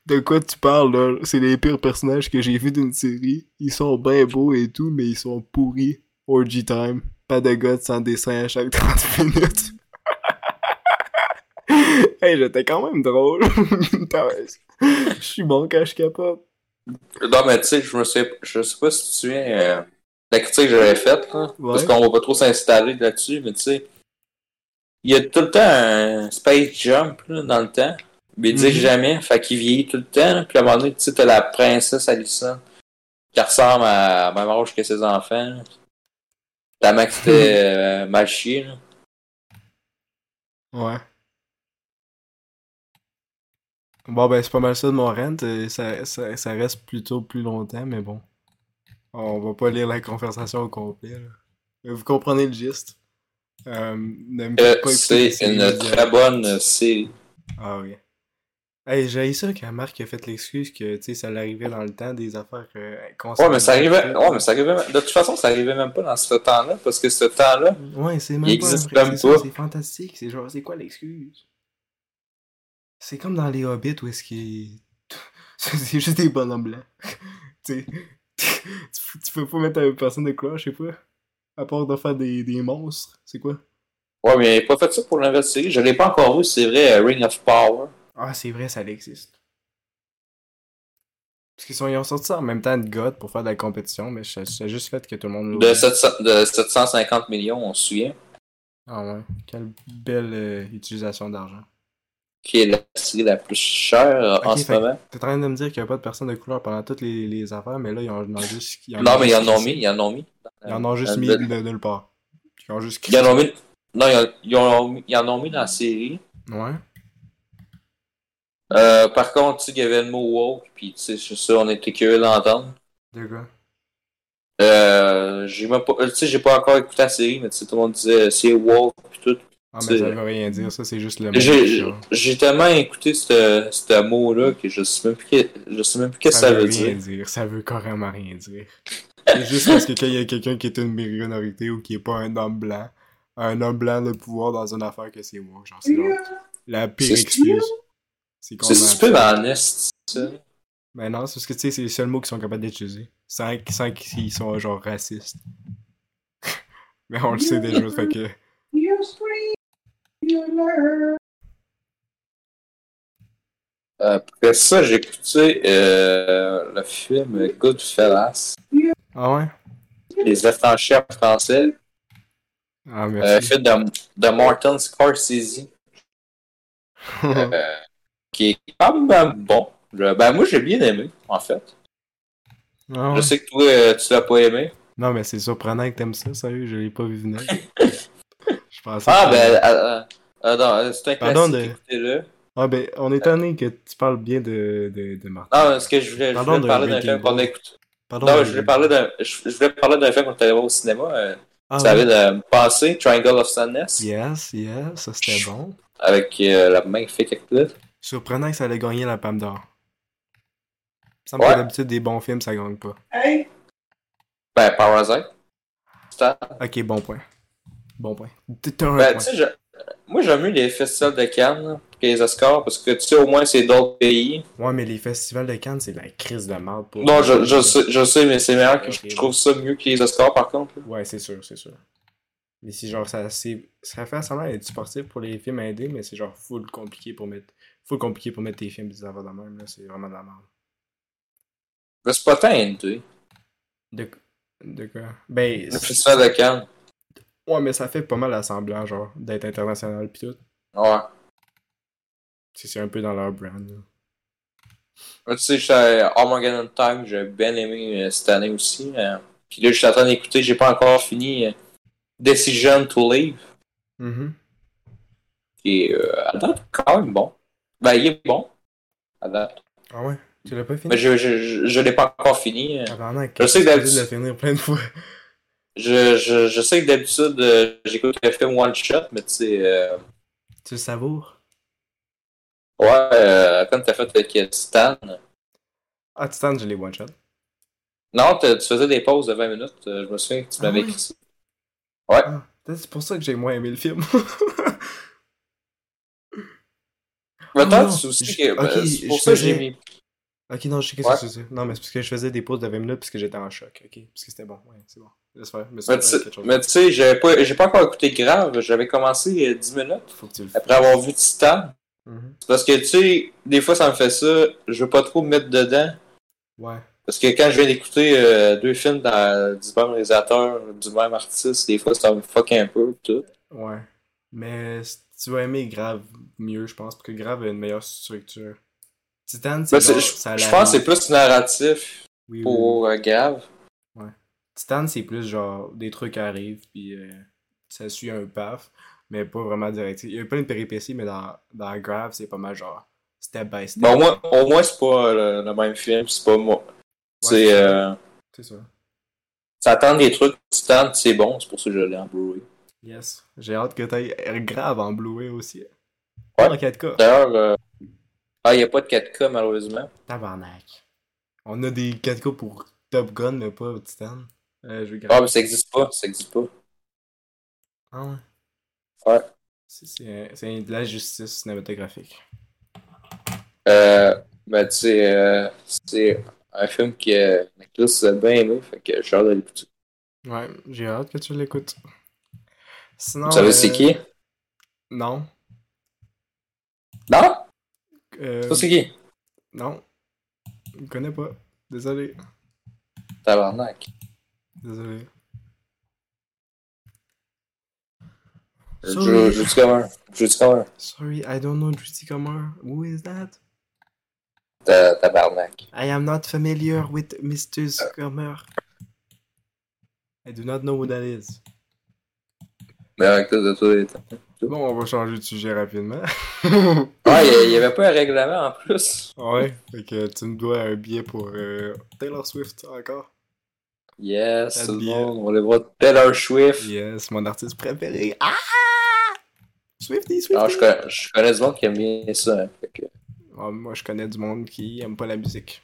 [SPEAKER 1] De quoi tu parles, là? C'est les pires personnages que j'ai vus d'une série. Ils sont bien beaux et tout, mais ils sont pourris. Orgy time. Pas de god sans dessin à chaque 30 minutes. hey, j'étais quand même drôle. T'as- Je suis bon quand je capote.
[SPEAKER 2] Non, mais tu sais, je me sais, je sais pas si tu te souviens euh, la critique que j'avais faite, là,
[SPEAKER 1] Ouais.
[SPEAKER 2] parce qu'on va pas trop s'installer là-dessus, mais tu sais, il y a tout le temps un space jump là, dans le temps, mais il dit
[SPEAKER 1] Mhm.
[SPEAKER 2] jamais, fait qu'il vieillit tout le temps, là, puis à un moment donné, tu sais, t'as la princesse Alissa, qui ressemble à même âge que ses enfants, là. ta mère qui était euh, mal chiée, là.
[SPEAKER 1] Ouais. Bon, ben, c'est pas mal ça de mon rent. Euh, Ça, ça, ça reste plutôt plus longtemps, mais bon. Oh, On va pas lire la conversation au complet. là. Euh, Vous comprenez le giste. Euh, ne me
[SPEAKER 2] Euh,
[SPEAKER 1] faites pas écouter
[SPEAKER 2] c'est
[SPEAKER 1] des séries
[SPEAKER 2] une
[SPEAKER 1] médiocres.
[SPEAKER 2] très bonne euh, série.
[SPEAKER 1] Ah oui. Hey, j'ai ça quand Marc a fait l'excuse que, tu sais, ça l'arrivait dans le temps des affaires euh,
[SPEAKER 2] Ouais,
[SPEAKER 1] concernées.
[SPEAKER 2] mais ça arrivait, ouais, mais ça arrivait, de toute façon, ça arrivait même pas dans ce temps-là, parce que ce temps-là,
[SPEAKER 1] Ouais, c'est même
[SPEAKER 2] Il
[SPEAKER 1] pas
[SPEAKER 2] existe
[SPEAKER 1] vrai,
[SPEAKER 2] même
[SPEAKER 1] c'est
[SPEAKER 2] pas.
[SPEAKER 1] ça, C'est fantastique. C'est genre, c'est quoi l'excuse? C'est comme dans les Hobbits où est-ce qu'il. c'est juste des bonhommes blancs. tu sais, tu tu peux pas mettre une personne de couleur, je sais pas. À part de faire des, des monstres, c'est quoi?
[SPEAKER 2] Ouais, mais il a pas fait ça pour la nouvelle série. Je l'ai pas encore vu, c'est vrai, euh, Ring of Power.
[SPEAKER 1] Ah, c'est vrai, ça existe. Parce qu'ils sont, ils ont sorti ça en même temps de God pour faire de la compétition, mais c'est c'est juste fait que tout le monde l'oublie.
[SPEAKER 2] De, 700 de 750 millions, on se souvient,
[SPEAKER 1] Ah ouais, quelle belle euh, utilisation d'argent.
[SPEAKER 2] qui est la série la plus chère euh, en
[SPEAKER 1] Ok,
[SPEAKER 2] ce
[SPEAKER 1] fait-
[SPEAKER 2] moment.
[SPEAKER 1] T'es en train de me dire qu'il n'y a pas de personnes de couleur pendant toutes les, les affaires, mais là, ils en ont juste. ils en
[SPEAKER 2] Non,
[SPEAKER 1] ont
[SPEAKER 2] mais ils en
[SPEAKER 1] juste-
[SPEAKER 2] ont mis, ils en ont mis.
[SPEAKER 1] Ils en ont juste
[SPEAKER 2] Euh,
[SPEAKER 1] mis de,
[SPEAKER 2] de-
[SPEAKER 1] de nulle part. Ils ont juste.
[SPEAKER 2] Ils en ont mis. Non, ils en- ils en ont mis, ils en ont mis dans la série.
[SPEAKER 1] Ouais.
[SPEAKER 2] Euh, par contre, tu sais, il y avait le mot woke, puis tu sais, c'est ça, on était curieux d'entendre.
[SPEAKER 1] De quoi
[SPEAKER 2] Euh, j'ai même pas, euh, tu sais, j'ai pas encore écouté la série, mais tu sais, tout le monde disait euh, c'est woke, puis tout.
[SPEAKER 1] Ah, mais ça
[SPEAKER 2] C'est-
[SPEAKER 1] veut rien dire, ça, Ah, c'est juste le mot.
[SPEAKER 2] J'ai-
[SPEAKER 1] genre.
[SPEAKER 2] J'ai tellement écouté ce ce mot-là que je sais même plus, que- je sais même plus qu'est-ce que ça veut
[SPEAKER 1] rien
[SPEAKER 2] dire.
[SPEAKER 1] Ça veut carrément rien dire. C'est juste parce que quand il y a quelqu'un qui est une minorité ou qui est pas un homme blanc, un homme blanc de pouvoir dans une affaire que c'est moi. Genre, c'est la- la pire
[SPEAKER 2] C'est
[SPEAKER 1] excuse. C'est
[SPEAKER 2] C'est
[SPEAKER 1] qu'on a-
[SPEAKER 2] stupide en est, ça. Euh,
[SPEAKER 1] Mais Ben non, c'est parce que tu sais, c'est les seuls mots qu'ils sont capables d'utiliser. Sans, sans qu'ils sont genre racistes. Mais on le sait déjà, fait que.
[SPEAKER 4] You scream, you learn.
[SPEAKER 2] Après ça, j'ai écouté euh, le film Goodfellas,
[SPEAKER 1] Ah ouais?
[SPEAKER 2] Les Affranchis en français,
[SPEAKER 1] Ah
[SPEAKER 2] euh,
[SPEAKER 1] merci.
[SPEAKER 2] film de, de Martin Scorsese, euh, qui est quand même bon. Je- ben, moi, j'ai bien aimé, en fait.
[SPEAKER 1] Ah ouais.
[SPEAKER 2] Je sais que toi, euh, tu l'as pas aimé.
[SPEAKER 1] Non, mais c'est surprenant que t'aimes ça, sérieux, je l'ai pas vu venir. Je pensais.
[SPEAKER 2] Ah,
[SPEAKER 1] que-
[SPEAKER 2] ben, euh, euh, non, euh, c'est un
[SPEAKER 1] Pardon
[SPEAKER 2] classique,
[SPEAKER 1] de-
[SPEAKER 2] écoutez-le.
[SPEAKER 1] Ah ben, on est tanné que tu parles bien de, de, de Martin.
[SPEAKER 2] Non, mais ce Ah, que je voulais, je
[SPEAKER 1] Pardon
[SPEAKER 2] voulais
[SPEAKER 1] de
[SPEAKER 2] parler d'un
[SPEAKER 1] Breaking
[SPEAKER 2] film qu'on a
[SPEAKER 1] Bad.
[SPEAKER 2] écouté.
[SPEAKER 1] Pardon,
[SPEAKER 2] Non,
[SPEAKER 1] mais-
[SPEAKER 2] je voulais parler d'un, je, je voulais parler d'un film qu'on est allé voir au cinéma, euh,
[SPEAKER 1] Ah,
[SPEAKER 2] tu
[SPEAKER 1] ouais.
[SPEAKER 2] savais, de passé, Triangle of Sadness.
[SPEAKER 1] Yes, yes, ça c'était bon.
[SPEAKER 2] avec euh, la magnifique actrice.
[SPEAKER 1] Surprenant que ça allait gagner la Palme d'Or. Il me semble
[SPEAKER 2] Ouais.
[SPEAKER 1] que d'habitude, des bons films, ça gagne pas.
[SPEAKER 4] Hey,
[SPEAKER 2] Ben, Parasite. Stan.
[SPEAKER 1] Ok, bon point. Bon point. T- T'as un
[SPEAKER 2] Ben,
[SPEAKER 1] point.
[SPEAKER 2] tu sais, je- moi, j'aime mieux les festivals de Cannes là, que les Oscars parce que, tu sais, au moins, c'est d'autres pays.
[SPEAKER 1] Ouais, mais les festivals de Cannes, c'est la crise de merde pour.
[SPEAKER 2] Non, je, je, sais, je sais, mais c'est meilleur que je
[SPEAKER 1] Ok.
[SPEAKER 2] trouve ça mieux que les Oscars, par contre. là.
[SPEAKER 1] Ouais, c'est sûr, c'est sûr. Mais c'est genre, ça, c'est, ça fait semblant d'être sportif pour les films indés, mais c'est genre full compliqué pour mettre, full compliqué pour mettre tes films des avant de même, là, c'est vraiment de la merde.
[SPEAKER 2] Mais c'est pas tant indé.
[SPEAKER 1] De- De quoi? Ben,
[SPEAKER 2] Le
[SPEAKER 1] c'est-
[SPEAKER 2] festival de Cannes.
[SPEAKER 1] ouais, mais ça fait pas mal assemblant, genre, d'être international pis tout.
[SPEAKER 2] Ouais.
[SPEAKER 1] C'est c'est un peu dans leur brand, là.
[SPEAKER 2] Moi, tu sais, j'étais à Armageddon Time, j'ai bien aimé euh, cette année aussi. euh. Puis là, je suis en train d'écouter, j'ai pas encore fini euh, Decision to Leave,
[SPEAKER 1] Mhm.
[SPEAKER 2] qui est euh, à date quand même bon. Ben, il est bon. À date.
[SPEAKER 1] Ah ouais? Tu l'as pas fini? Ah,
[SPEAKER 2] Mais je, je, je, je l'ai pas encore fini. euh.
[SPEAKER 1] Tabarnak,
[SPEAKER 2] Je sais que
[SPEAKER 1] t'es
[SPEAKER 2] la-
[SPEAKER 1] obligé de le finir plein de fois.
[SPEAKER 2] Je, je, je sais que d'habitude, euh, j'écoute le film One Shot, mais tu sais, euh,
[SPEAKER 1] Tu le savoures?
[SPEAKER 2] ouais, euh, quand t'as fait avec Stan,
[SPEAKER 1] Ah, Titan, je l'ai one-shot.
[SPEAKER 2] non, t'as- tu faisais des pauses de 20 minutes, euh, je me souviens que tu
[SPEAKER 1] Ah
[SPEAKER 2] m'avais
[SPEAKER 1] ouais?
[SPEAKER 2] écrit ça.
[SPEAKER 1] Ah, peut-être c'est pour ça que j'ai moins aimé le film.
[SPEAKER 2] Mais
[SPEAKER 1] Ah
[SPEAKER 2] toi,
[SPEAKER 1] non,
[SPEAKER 2] c'est aussi
[SPEAKER 1] je-
[SPEAKER 2] que-
[SPEAKER 1] ok,
[SPEAKER 2] ben, c'est pour
[SPEAKER 1] je
[SPEAKER 2] ça que j'ai
[SPEAKER 1] faisais-
[SPEAKER 2] mis
[SPEAKER 1] ok, non, je sais qu'est-ce que c'est. Non, mais c'est parce que je faisais des pauses de 20 minutes parce que j'étais en choc. Ok, parce que c'était bon. Ouais, c'est bon. Laisse faire. Mais
[SPEAKER 2] Mais
[SPEAKER 1] c'est
[SPEAKER 2] tu sais-
[SPEAKER 1] quelque chose.
[SPEAKER 2] mais tu sais, j'avais pas- j'ai pas, encore écouté grave. J'avais commencé euh, 10 minutes
[SPEAKER 1] Faut que tu le fasses.
[SPEAKER 2] après avoir vu Titan.
[SPEAKER 1] Mhm.
[SPEAKER 2] C'est Parce que tu sais, des fois ça me fait ça. Je veux pas trop me mettre dedans.
[SPEAKER 1] Ouais.
[SPEAKER 2] Parce que quand je viens d'écouter euh, deux films dans- du même réalisateur, du même artiste, des fois ça me fuck un peu. Tout.
[SPEAKER 1] Ouais. Mais si tu vas aimer Grave mieux, je pense, parce que Grave a une meilleure structure. Titan, c'est
[SPEAKER 2] Mais c'est-
[SPEAKER 1] genre, ça
[SPEAKER 2] je,
[SPEAKER 1] a
[SPEAKER 2] je
[SPEAKER 1] la-
[SPEAKER 2] pense que c'est plus narratif
[SPEAKER 1] Oui, oui, oui.
[SPEAKER 2] pour euh, grave.
[SPEAKER 1] Titan, c'est plus genre des trucs arrivent, puis euh, ça suit un paf, mais pas vraiment direct. Il y a pas une péripétie, mais dans, dans Grave, c'est pas mal genre step by step.
[SPEAKER 2] Mais au moins, au moins c'est pas euh, le, le même film, c'est pas moi.
[SPEAKER 1] c'est
[SPEAKER 2] C'est. Euh,
[SPEAKER 1] C'est ça.
[SPEAKER 2] ça attend des trucs, Titan, c'est bon, c'est pour ça que je l'ai en Blu-ray.
[SPEAKER 1] Yes. J'ai hâte que t'ailles Grave en Blu-ray aussi. Pas en 4K.
[SPEAKER 2] D'ailleurs, euh, ah, il n'y a pas de 4K malheureusement.
[SPEAKER 1] Tabarnak. On a des 4K pour Top Gun, mais pas Titan. Euh, je vais
[SPEAKER 2] Ah,
[SPEAKER 1] Grave.
[SPEAKER 2] mais ça existe pas, ça existe pas.
[SPEAKER 1] Ah ouais.
[SPEAKER 2] Ouais.
[SPEAKER 1] C'est- C'est c'est de la justice cinématographique.
[SPEAKER 2] Euh, ben, tu sais, euh, c'est un film que Nicolas a bien aimé, fait que j'ai hâte de l'écouter.
[SPEAKER 1] Ouais, j'ai hâte que tu l'écoutes. Sinon.
[SPEAKER 2] Vous savez
[SPEAKER 1] euh,
[SPEAKER 2] c'est qui?
[SPEAKER 1] Non.
[SPEAKER 2] Non?
[SPEAKER 1] Euh,
[SPEAKER 2] Ça, c'est qui?
[SPEAKER 1] Non. Je connais pas. Désolé.
[SPEAKER 2] Tabarnak.
[SPEAKER 1] Désolé.
[SPEAKER 2] Je
[SPEAKER 1] Sorry.
[SPEAKER 2] je dis comment? Je dis comment?
[SPEAKER 1] Sorry, I don't know Judy Comer. Who is that?
[SPEAKER 2] Ta- Tabarnak.
[SPEAKER 1] I am not familiar with Mr. Comer. I do not know who that is.
[SPEAKER 2] Mais avec tout de tous les temps.
[SPEAKER 1] Bon, on va changer de sujet rapidement.
[SPEAKER 2] Ah, il n'y avait pas un règlement en plus.
[SPEAKER 1] ouais, fait que tu me dois un billet pour euh, Taylor Swift encore.
[SPEAKER 2] Yes,
[SPEAKER 1] Pas de
[SPEAKER 2] tout le
[SPEAKER 1] billet.
[SPEAKER 2] monde, on les voit Taylor Swift.
[SPEAKER 1] Yes, mon artiste préféré. Ah! Swifty, Swifty!
[SPEAKER 2] Ah, je connais, je connais du monde qui aime bien ça. hein, Fait que,
[SPEAKER 1] Ah, moi, je connais du monde qui aime pas la musique.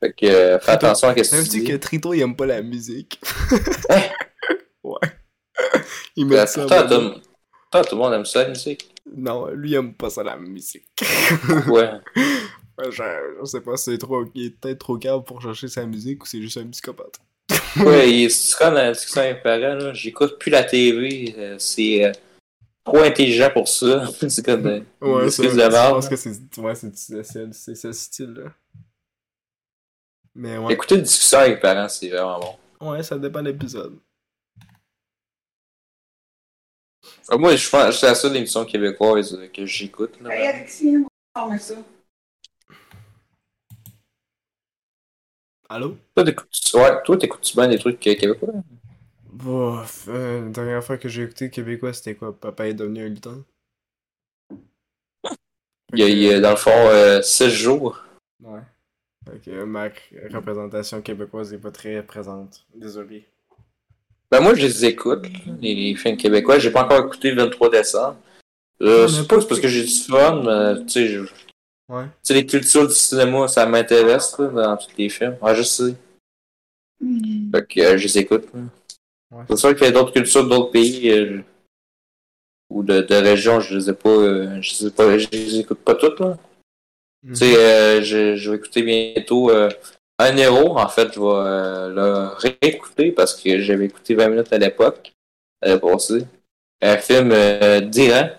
[SPEAKER 2] fait que euh,
[SPEAKER 1] Trito.
[SPEAKER 2] fais attention à ce que tu
[SPEAKER 1] Savais-tu
[SPEAKER 2] dis.
[SPEAKER 1] que Trito, il aime pas la musique?
[SPEAKER 2] Hein?
[SPEAKER 1] ouais. Il met
[SPEAKER 2] Euh,
[SPEAKER 1] ça.
[SPEAKER 2] Pourtant,
[SPEAKER 1] en
[SPEAKER 2] tout
[SPEAKER 1] mode-
[SPEAKER 2] le- pourtant, tout le monde aime ça, la musique.
[SPEAKER 1] Non, lui, il aime pas ça, la musique.
[SPEAKER 2] Pourquoi?
[SPEAKER 1] Ouais, Je, je sais pas, c'est trop... il est peut-être trop calme pour chercher sa musique ou c'est juste un psychopathe.
[SPEAKER 2] Ouais, il- c'est comme dans la discussion avec mes parents, là. J'écoute plus la TV. euh, c'est euh, trop intelligent pour ça. c'est comme euh, une
[SPEAKER 1] Ouais, c'est
[SPEAKER 2] excuse
[SPEAKER 1] je
[SPEAKER 2] de merde.
[SPEAKER 1] pense que c'est ouais, c'est- c'est- c'est- c'est ce style-là. Mais ouais.
[SPEAKER 2] Écouter une discussion avec mes parents, c'est vraiment bon.
[SPEAKER 1] Ouais, ça dépend de l'épisode.
[SPEAKER 2] Euh, Moi, je pense c'est la seule émission québécoise euh, que j'écoute. là.
[SPEAKER 4] Hey, Alexis, on va ça.
[SPEAKER 1] Allô?
[SPEAKER 2] Toi, t'écoutes- ouais, toi, t'écoutes-tu bien des trucs euh, québécois?
[SPEAKER 1] Bof, euh, la dernière fois que j'ai écouté Québécois, c'était quoi? Papa est devenu un lutin?
[SPEAKER 2] Il y a, il y a, dans le fond, euh, 6 jours.
[SPEAKER 1] Ouais. Fait que ma représentation québécoise est pas très présente. Désolé.
[SPEAKER 2] Ben, moi, je les écoute, là, les, les films québécois. J'ai pas encore écouté le 23 décembre.
[SPEAKER 1] Non,
[SPEAKER 2] Euh,
[SPEAKER 1] mais
[SPEAKER 2] c'est pas
[SPEAKER 1] pas-
[SPEAKER 2] que c'est parce que j'ai du fun, mais, tu sais, je- tu
[SPEAKER 1] Ouais.
[SPEAKER 2] sais, les cultures du cinéma, ça m'intéresse, là, dans tous les films. Ouais, je sais.
[SPEAKER 1] Mm.
[SPEAKER 2] Fait que euh, je les écoute. là.
[SPEAKER 1] Ouais.
[SPEAKER 2] C'est sûr qu'il y a d'autres cultures d'autres pays euh, ou de, de régions, je les ai pas, euh, je les ai pas, je les écoute pas toutes là. Tu
[SPEAKER 1] Mhm.
[SPEAKER 2] sais, euh, je, je vais écouter bientôt euh, un héros. En fait, je vais euh, le réécouter parce que j'avais écouté 20 minutes à l'époque, à la passée. Un film euh, d'Iran.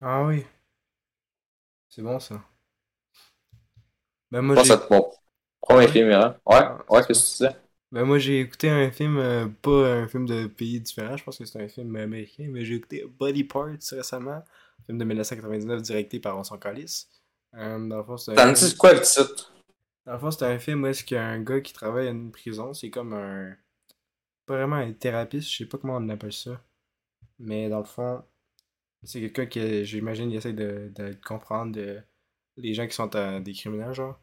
[SPEAKER 1] Ah oui. C'est bon ça. Ben
[SPEAKER 2] Je
[SPEAKER 1] moi
[SPEAKER 2] pense
[SPEAKER 1] j'ai.
[SPEAKER 2] que c'est mon premier film Iran. Ouais,
[SPEAKER 1] Ah,
[SPEAKER 2] ouais,
[SPEAKER 1] c'est
[SPEAKER 2] qu'est-ce que tu disais?
[SPEAKER 1] Ben moi j'ai écouté un film, euh, pas un film de pays différent, je pense que c'est un film américain, mais j'ai écouté Body Parts récemment, un film de 1999 directé par On s'en calisse. Euh, dans le fond, c'est un
[SPEAKER 2] T'en dis quoi le titre?
[SPEAKER 1] dans le fond, c'est un film où est-ce qu'il y a un gars qui travaille à une prison. C'est comme un. Pas vraiment un thérapeute, je sais pas comment on appelle ça. Mais dans le fond, c'est quelqu'un qui, j'imagine, il essaie de, de comprendre de- les gens qui sont euh, des criminels, genre.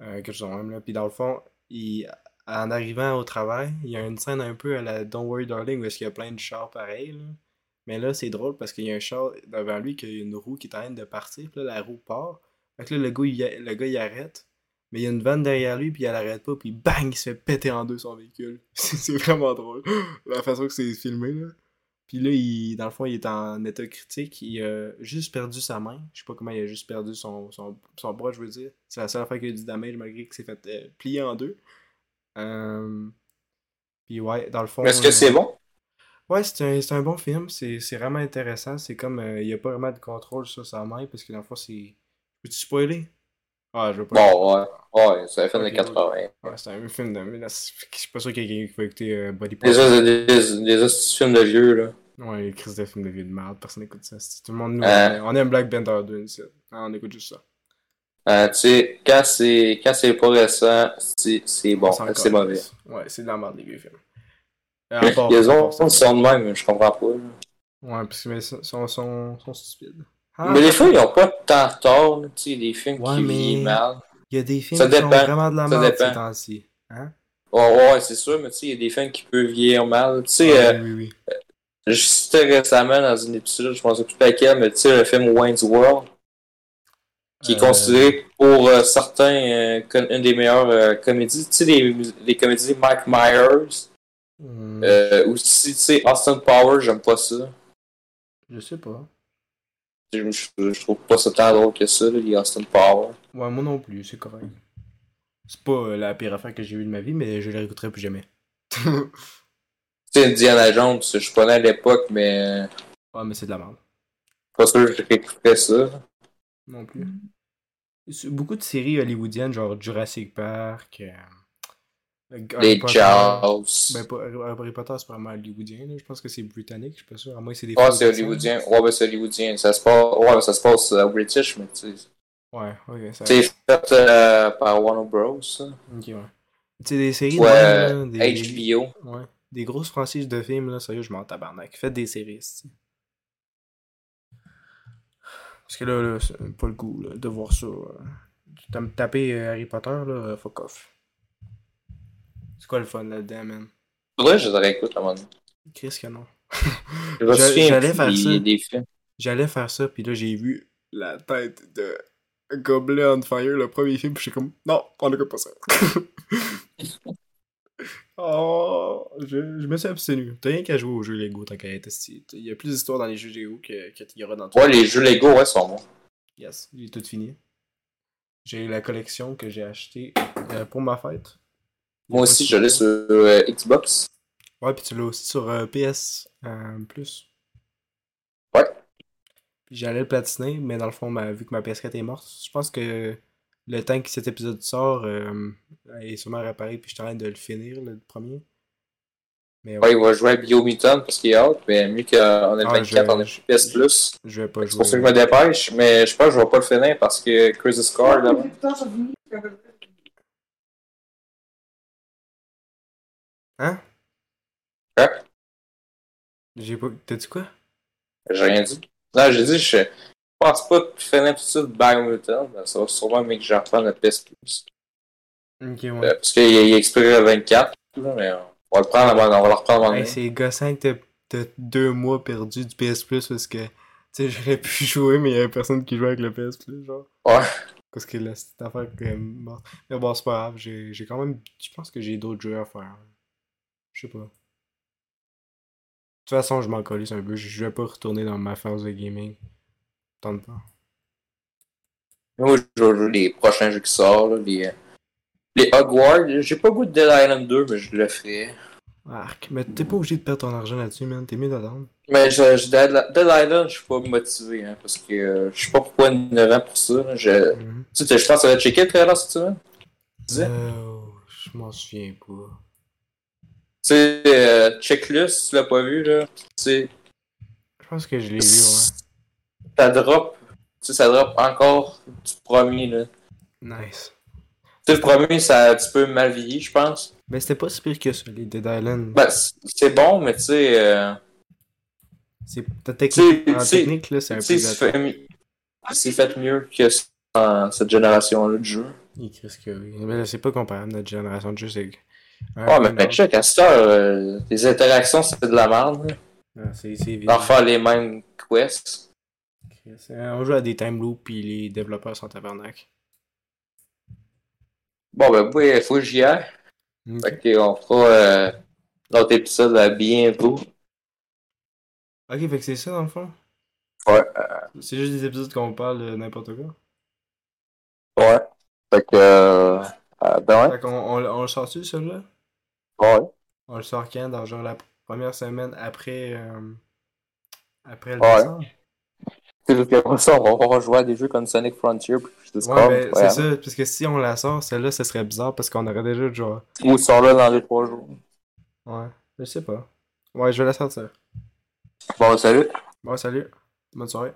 [SPEAKER 1] Euh, quelque chose de même, là. Puis dans le fond, il, en arrivant au travail, il y a une scène un peu à la Don't Worry Darling où est-ce qu'il y a plein de chars pareils, là. Mais là, c'est drôle parce qu'il y a un char devant lui qui a une roue qui est en train de partir, puis là, la roue part. Fait que là, le gars, il- le gars, il arrête. Mais il y a une vanne derrière lui, puis elle arrête pas, puis bang, il se fait péter en deux son véhicule. C'est c'est vraiment drôle, la façon que c'est filmé, là. Puis là, il, dans le fond, il est en état critique, il a juste perdu sa main. Je sais pas comment il a juste perdu son, son, son bras, je veux dire. C'est la seule fois qu'il a eu du damage, malgré qu'il s'est fait euh, plier en deux. Euh, Puis ouais, dans le fond...
[SPEAKER 2] Mais Est-ce que
[SPEAKER 1] euh,
[SPEAKER 2] c'est bon?
[SPEAKER 1] Ouais, c'est un, c'est un bon film, c'est c'est vraiment intéressant. C'est comme, euh, il n'y a pas vraiment de contrôle sur sa main, parce que dans le fond, c'est... Peux-tu spoiler? Ah, je veux pas...
[SPEAKER 2] Bon, ouais. Ouais, c'est la fin des
[SPEAKER 1] Ok.
[SPEAKER 2] 80.
[SPEAKER 1] Ouais, c'est un vieux film de... mais là, c'est- Je suis pas sûr qu'il y ait quelqu'un qui va écouter euh, Body Part.
[SPEAKER 2] Des os- des- des os- films de vieux, là.
[SPEAKER 1] Ouais, les crises de films de vie de merde, personne n'écoute ça. C'est- Tout le monde nous...
[SPEAKER 2] Euh.
[SPEAKER 1] On aime Black Panther 2, ici. Ah, on écoute juste ça.
[SPEAKER 2] Euh, tu sais, quand c'est quand c'est pas récent, c'est c'est bon,
[SPEAKER 1] On s'en
[SPEAKER 2] c'est
[SPEAKER 1] calisse.
[SPEAKER 2] mauvais.
[SPEAKER 1] Ouais, c'est de la merde, les vieux films. Euh, à part- à
[SPEAKER 2] Les autres
[SPEAKER 1] part ça.
[SPEAKER 2] sont de même, je comprends pas. là.
[SPEAKER 1] Ouais, parce que sont, sont, sont, sont stupides. Ah,
[SPEAKER 2] Mais des fois, ils ont pas tant tort, là, tu sais, des films
[SPEAKER 1] Ouais,
[SPEAKER 2] qui
[SPEAKER 1] mais-
[SPEAKER 2] vivent mal.
[SPEAKER 1] il y a des films
[SPEAKER 2] ça
[SPEAKER 1] qui sont
[SPEAKER 2] dépend.
[SPEAKER 1] vraiment de la
[SPEAKER 2] Ça
[SPEAKER 1] merde ces
[SPEAKER 2] dépend.
[SPEAKER 1] temps-ci. Hein?
[SPEAKER 2] Ouais, ouais, c'est sûr, mais tu sais, il y a des films qui peuvent vieillir mal. Tu sais, euh,
[SPEAKER 1] Ouais, Ah, oui, oui.
[SPEAKER 2] je citais récemment dans un épisode, je pense plus laquelle, mais tu sais, le film Wayne's World, qui est
[SPEAKER 1] Euh,
[SPEAKER 2] considéré pour euh, certains euh, con- une des meilleures euh, comédies. Tu sais, les, les comédies Mike Myers,
[SPEAKER 1] Hmm,
[SPEAKER 2] euh, aussi, tu sais, Austin Powers, j'aime pas ça.
[SPEAKER 1] Je sais pas.
[SPEAKER 2] Je, je- je trouve pas ça tant drôle que ça, là, les Austin Power.
[SPEAKER 1] Ouais, moi non plus, c'est correct. Mm. C'est pas euh, la pire affaire que j'ai vue de ma vie, mais je la réécouterai plus jamais. ouais,
[SPEAKER 2] Tu sais, Indiana Jones, je connais à l'époque, mais euh,
[SPEAKER 1] mais c'est de la merde.
[SPEAKER 2] pas sûr que je réécouterais ça.
[SPEAKER 1] Non plus. C'est Beaucoup de séries hollywoodiennes, genre Jurassic Park, euh, Harry
[SPEAKER 2] Les
[SPEAKER 1] Potter.
[SPEAKER 2] Jaws.
[SPEAKER 1] Ben, pas- Harry Potter, c'est pas vraiment hollywoodien, là. je pense que c'est britannique, je suis pas sûr. À moins que c'est des
[SPEAKER 2] Ah,
[SPEAKER 1] faux
[SPEAKER 2] c'est
[SPEAKER 1] accents.
[SPEAKER 2] hollywoodien. Ouais, ben c'est hollywoodien. Ça se passe, ouais, ben, ça se passe euh, au British, mais tu sais.
[SPEAKER 1] Ouais, ok, ça.
[SPEAKER 2] C'est fait euh, par Warner Bros. ça.
[SPEAKER 1] Ok, ouais. Tu sais, des séries.
[SPEAKER 2] Ouais,
[SPEAKER 1] de même, là, des...
[SPEAKER 2] HBO.
[SPEAKER 1] Ouais. Des grosses franchises de films, là, sérieux, je m'en tabarnak. Faites des séries, c'ti. Parce que là, là, c'est pas le goût, là, de voir ça. euh. Tu t'as me taper euh, Harry Potter, là, euh, fuck off. C'est quoi le fun là-dedans, man?
[SPEAKER 2] Faudrait que je les réécoute à un moment donné.
[SPEAKER 1] Chris que non.
[SPEAKER 2] Je me
[SPEAKER 1] Je-
[SPEAKER 2] souviens
[SPEAKER 1] j'allais
[SPEAKER 2] plus
[SPEAKER 1] faire
[SPEAKER 2] des-
[SPEAKER 1] ça.
[SPEAKER 2] des films.
[SPEAKER 1] J'allais faire ça, puis là, j'ai vu la tête de Gobelet on Fire, le premier film, puis j'étais comme, non, on n'écoute pas ça. oh, je, je me suis abstenu. T'as rien qu'à jouer aux jeux Lego, tant qu'à être. esti. Il y a plus d'histoires dans les jeux Lego que- que qu'il y aura dans tout.
[SPEAKER 2] Ouais, les jeux Lego, ouais, sont bons.
[SPEAKER 1] Yes, j'ai tout fini. J'ai la collection que j'ai achetée euh, pour ma fête.
[SPEAKER 2] Moi aussi, je l'ai sur euh, Xbox.
[SPEAKER 1] Ouais, puis tu l'as aussi sur euh, PS euh, Plus.
[SPEAKER 2] Ouais.
[SPEAKER 1] Puis j'allais le platiner, mais dans le fond, ma- vu que ma PS4 est morte, je pense que le temps que cet épisode sort, euh, elle est sûrement réparée, puis je suis en train de le finir, le premier. Mais ouais,
[SPEAKER 2] Ouais, il va jouer à Biomutant parce qu'il est hâte, mais mieux euh, qu'on est le
[SPEAKER 1] Ah,
[SPEAKER 2] 24,
[SPEAKER 1] je-
[SPEAKER 2] on est plus PS Plus.
[SPEAKER 1] je vais pas
[SPEAKER 2] C'est
[SPEAKER 1] jouer.
[SPEAKER 2] pour ça que je me dépêche, mais je pense que je vais pas le finir parce que Chris is Car, là.
[SPEAKER 4] Putain, ça finit.
[SPEAKER 1] Hein?
[SPEAKER 2] Hein?
[SPEAKER 1] J'ai pas. T'as dit quoi?
[SPEAKER 2] J'ai rien dit. Non, j'ai dit, je pense pas que je finir tout de suite Biomutant, mais ça va sûrement mieux que j'en reprenne le PS Plus.
[SPEAKER 1] Ok, ouais.
[SPEAKER 2] Euh, parce qu'il il expire le 24, là, mais on va le prendre, avant- on va le reprendre en
[SPEAKER 1] Hey, c'est gossant que t'as- t'as deux mois perdu du PS Plus parce que tu sais j'aurais pu jouer mais il y avait personne qui jouait avec le PS Plus genre.
[SPEAKER 2] Ouais.
[SPEAKER 1] Parce que là cette affaire quand même morte. Mais bon c'est pas grave, j'ai j'ai quand même. Je pense que j'ai d'autres jeux à faire. Je sais pas. De toute façon je m'en colisse un peu, je vais pas retourner dans ma phase de gaming. Tant pas.
[SPEAKER 2] Moi, je vais jouer les prochains jeux qui sortent, là, les, les Hogwarts. J'ai pas le goût de Dead Island 2, mais je le ferai.
[SPEAKER 1] Arc, mais t'es pas obligé de perdre ton argent là-dessus, man, t'es mieux d'attendre.
[SPEAKER 2] Mais je, je, Dead Dead Island, je suis pas motivé, hein, parce que euh, je sais pas pourquoi 9 ans pour ça. là. Je,
[SPEAKER 1] Mhm.
[SPEAKER 2] Tu sais, je pense que ça va checker le trailer cette semaine. Tu sais?
[SPEAKER 1] Euh, je m'en oh, souviens pas.
[SPEAKER 2] sais, euh, checklist, si tu l'as pas vu, là. Tu sais,
[SPEAKER 1] Je pense que je l'ai vu, ouais. hein.
[SPEAKER 2] ça drop. Tu sais, ça drop encore du premier, là.
[SPEAKER 1] Nice.
[SPEAKER 2] Tu sais, le premier, ça a un petit peu mal vieilli, je pense.
[SPEAKER 1] Mais Ben, c'était pas si pire que ça, les Dead Island.
[SPEAKER 2] Ben, c- c'est bon, mais tu sais, euh,
[SPEAKER 1] C'est ta technique.
[SPEAKER 2] tu sais,
[SPEAKER 1] En
[SPEAKER 2] tu sais,
[SPEAKER 1] Ah, technique, là, c'est un
[SPEAKER 2] tu
[SPEAKER 1] peu.
[SPEAKER 2] sais, c'est
[SPEAKER 1] daté.
[SPEAKER 2] fait mi- c'est fait mieux que c- en cette génération-là de jeu.
[SPEAKER 1] Il crie que oui. Mais Eh ben, là, c'est pas comparable, notre génération de jeu, c'est.
[SPEAKER 2] Ouais,
[SPEAKER 1] Ah,
[SPEAKER 2] mais, mais check, à cette heure, euh, les interactions, c'est de la merde, là.
[SPEAKER 1] Ah, c'est c'est évident.
[SPEAKER 2] D'en faire les mêmes quests.
[SPEAKER 1] Chris. Euh, On joue à des time loops, puis les développeurs sont tabarnak.
[SPEAKER 2] Bon, ben, oui, faut que j'y aille. Fait que, on fera euh, notre épisode à bientôt.
[SPEAKER 1] Ok, fait que c'est ça dans le fond?
[SPEAKER 2] Ouais. euh,
[SPEAKER 1] C'est juste des épisodes qu'on parle de n'importe quoi.
[SPEAKER 2] Ouais. Fait que, euh, euh, ben ouais.
[SPEAKER 1] Fait qu'on on, on le sort-tu celui-là?
[SPEAKER 2] Ouais.
[SPEAKER 1] On le sort quand? Dans genre la première semaine après. euh, après le
[SPEAKER 2] Ouais.
[SPEAKER 1] décembre?
[SPEAKER 2] C'est juste qu'après ça, on va rejouer à des jeux comme Sonic Frontier puis Crisis
[SPEAKER 1] Ouais,
[SPEAKER 2] Core,
[SPEAKER 1] ben,
[SPEAKER 2] ouais. hein.
[SPEAKER 1] c'est ça, parce que si on la sort, celle-là, ce serait bizarre parce qu'on aurait déjà joué.
[SPEAKER 2] Ou ils sont là dans les trois jours.
[SPEAKER 1] Ouais, je sais pas. Ouais, je vais la sortir.
[SPEAKER 2] Bon, salut.
[SPEAKER 1] Bon, salut. Bonne soirée.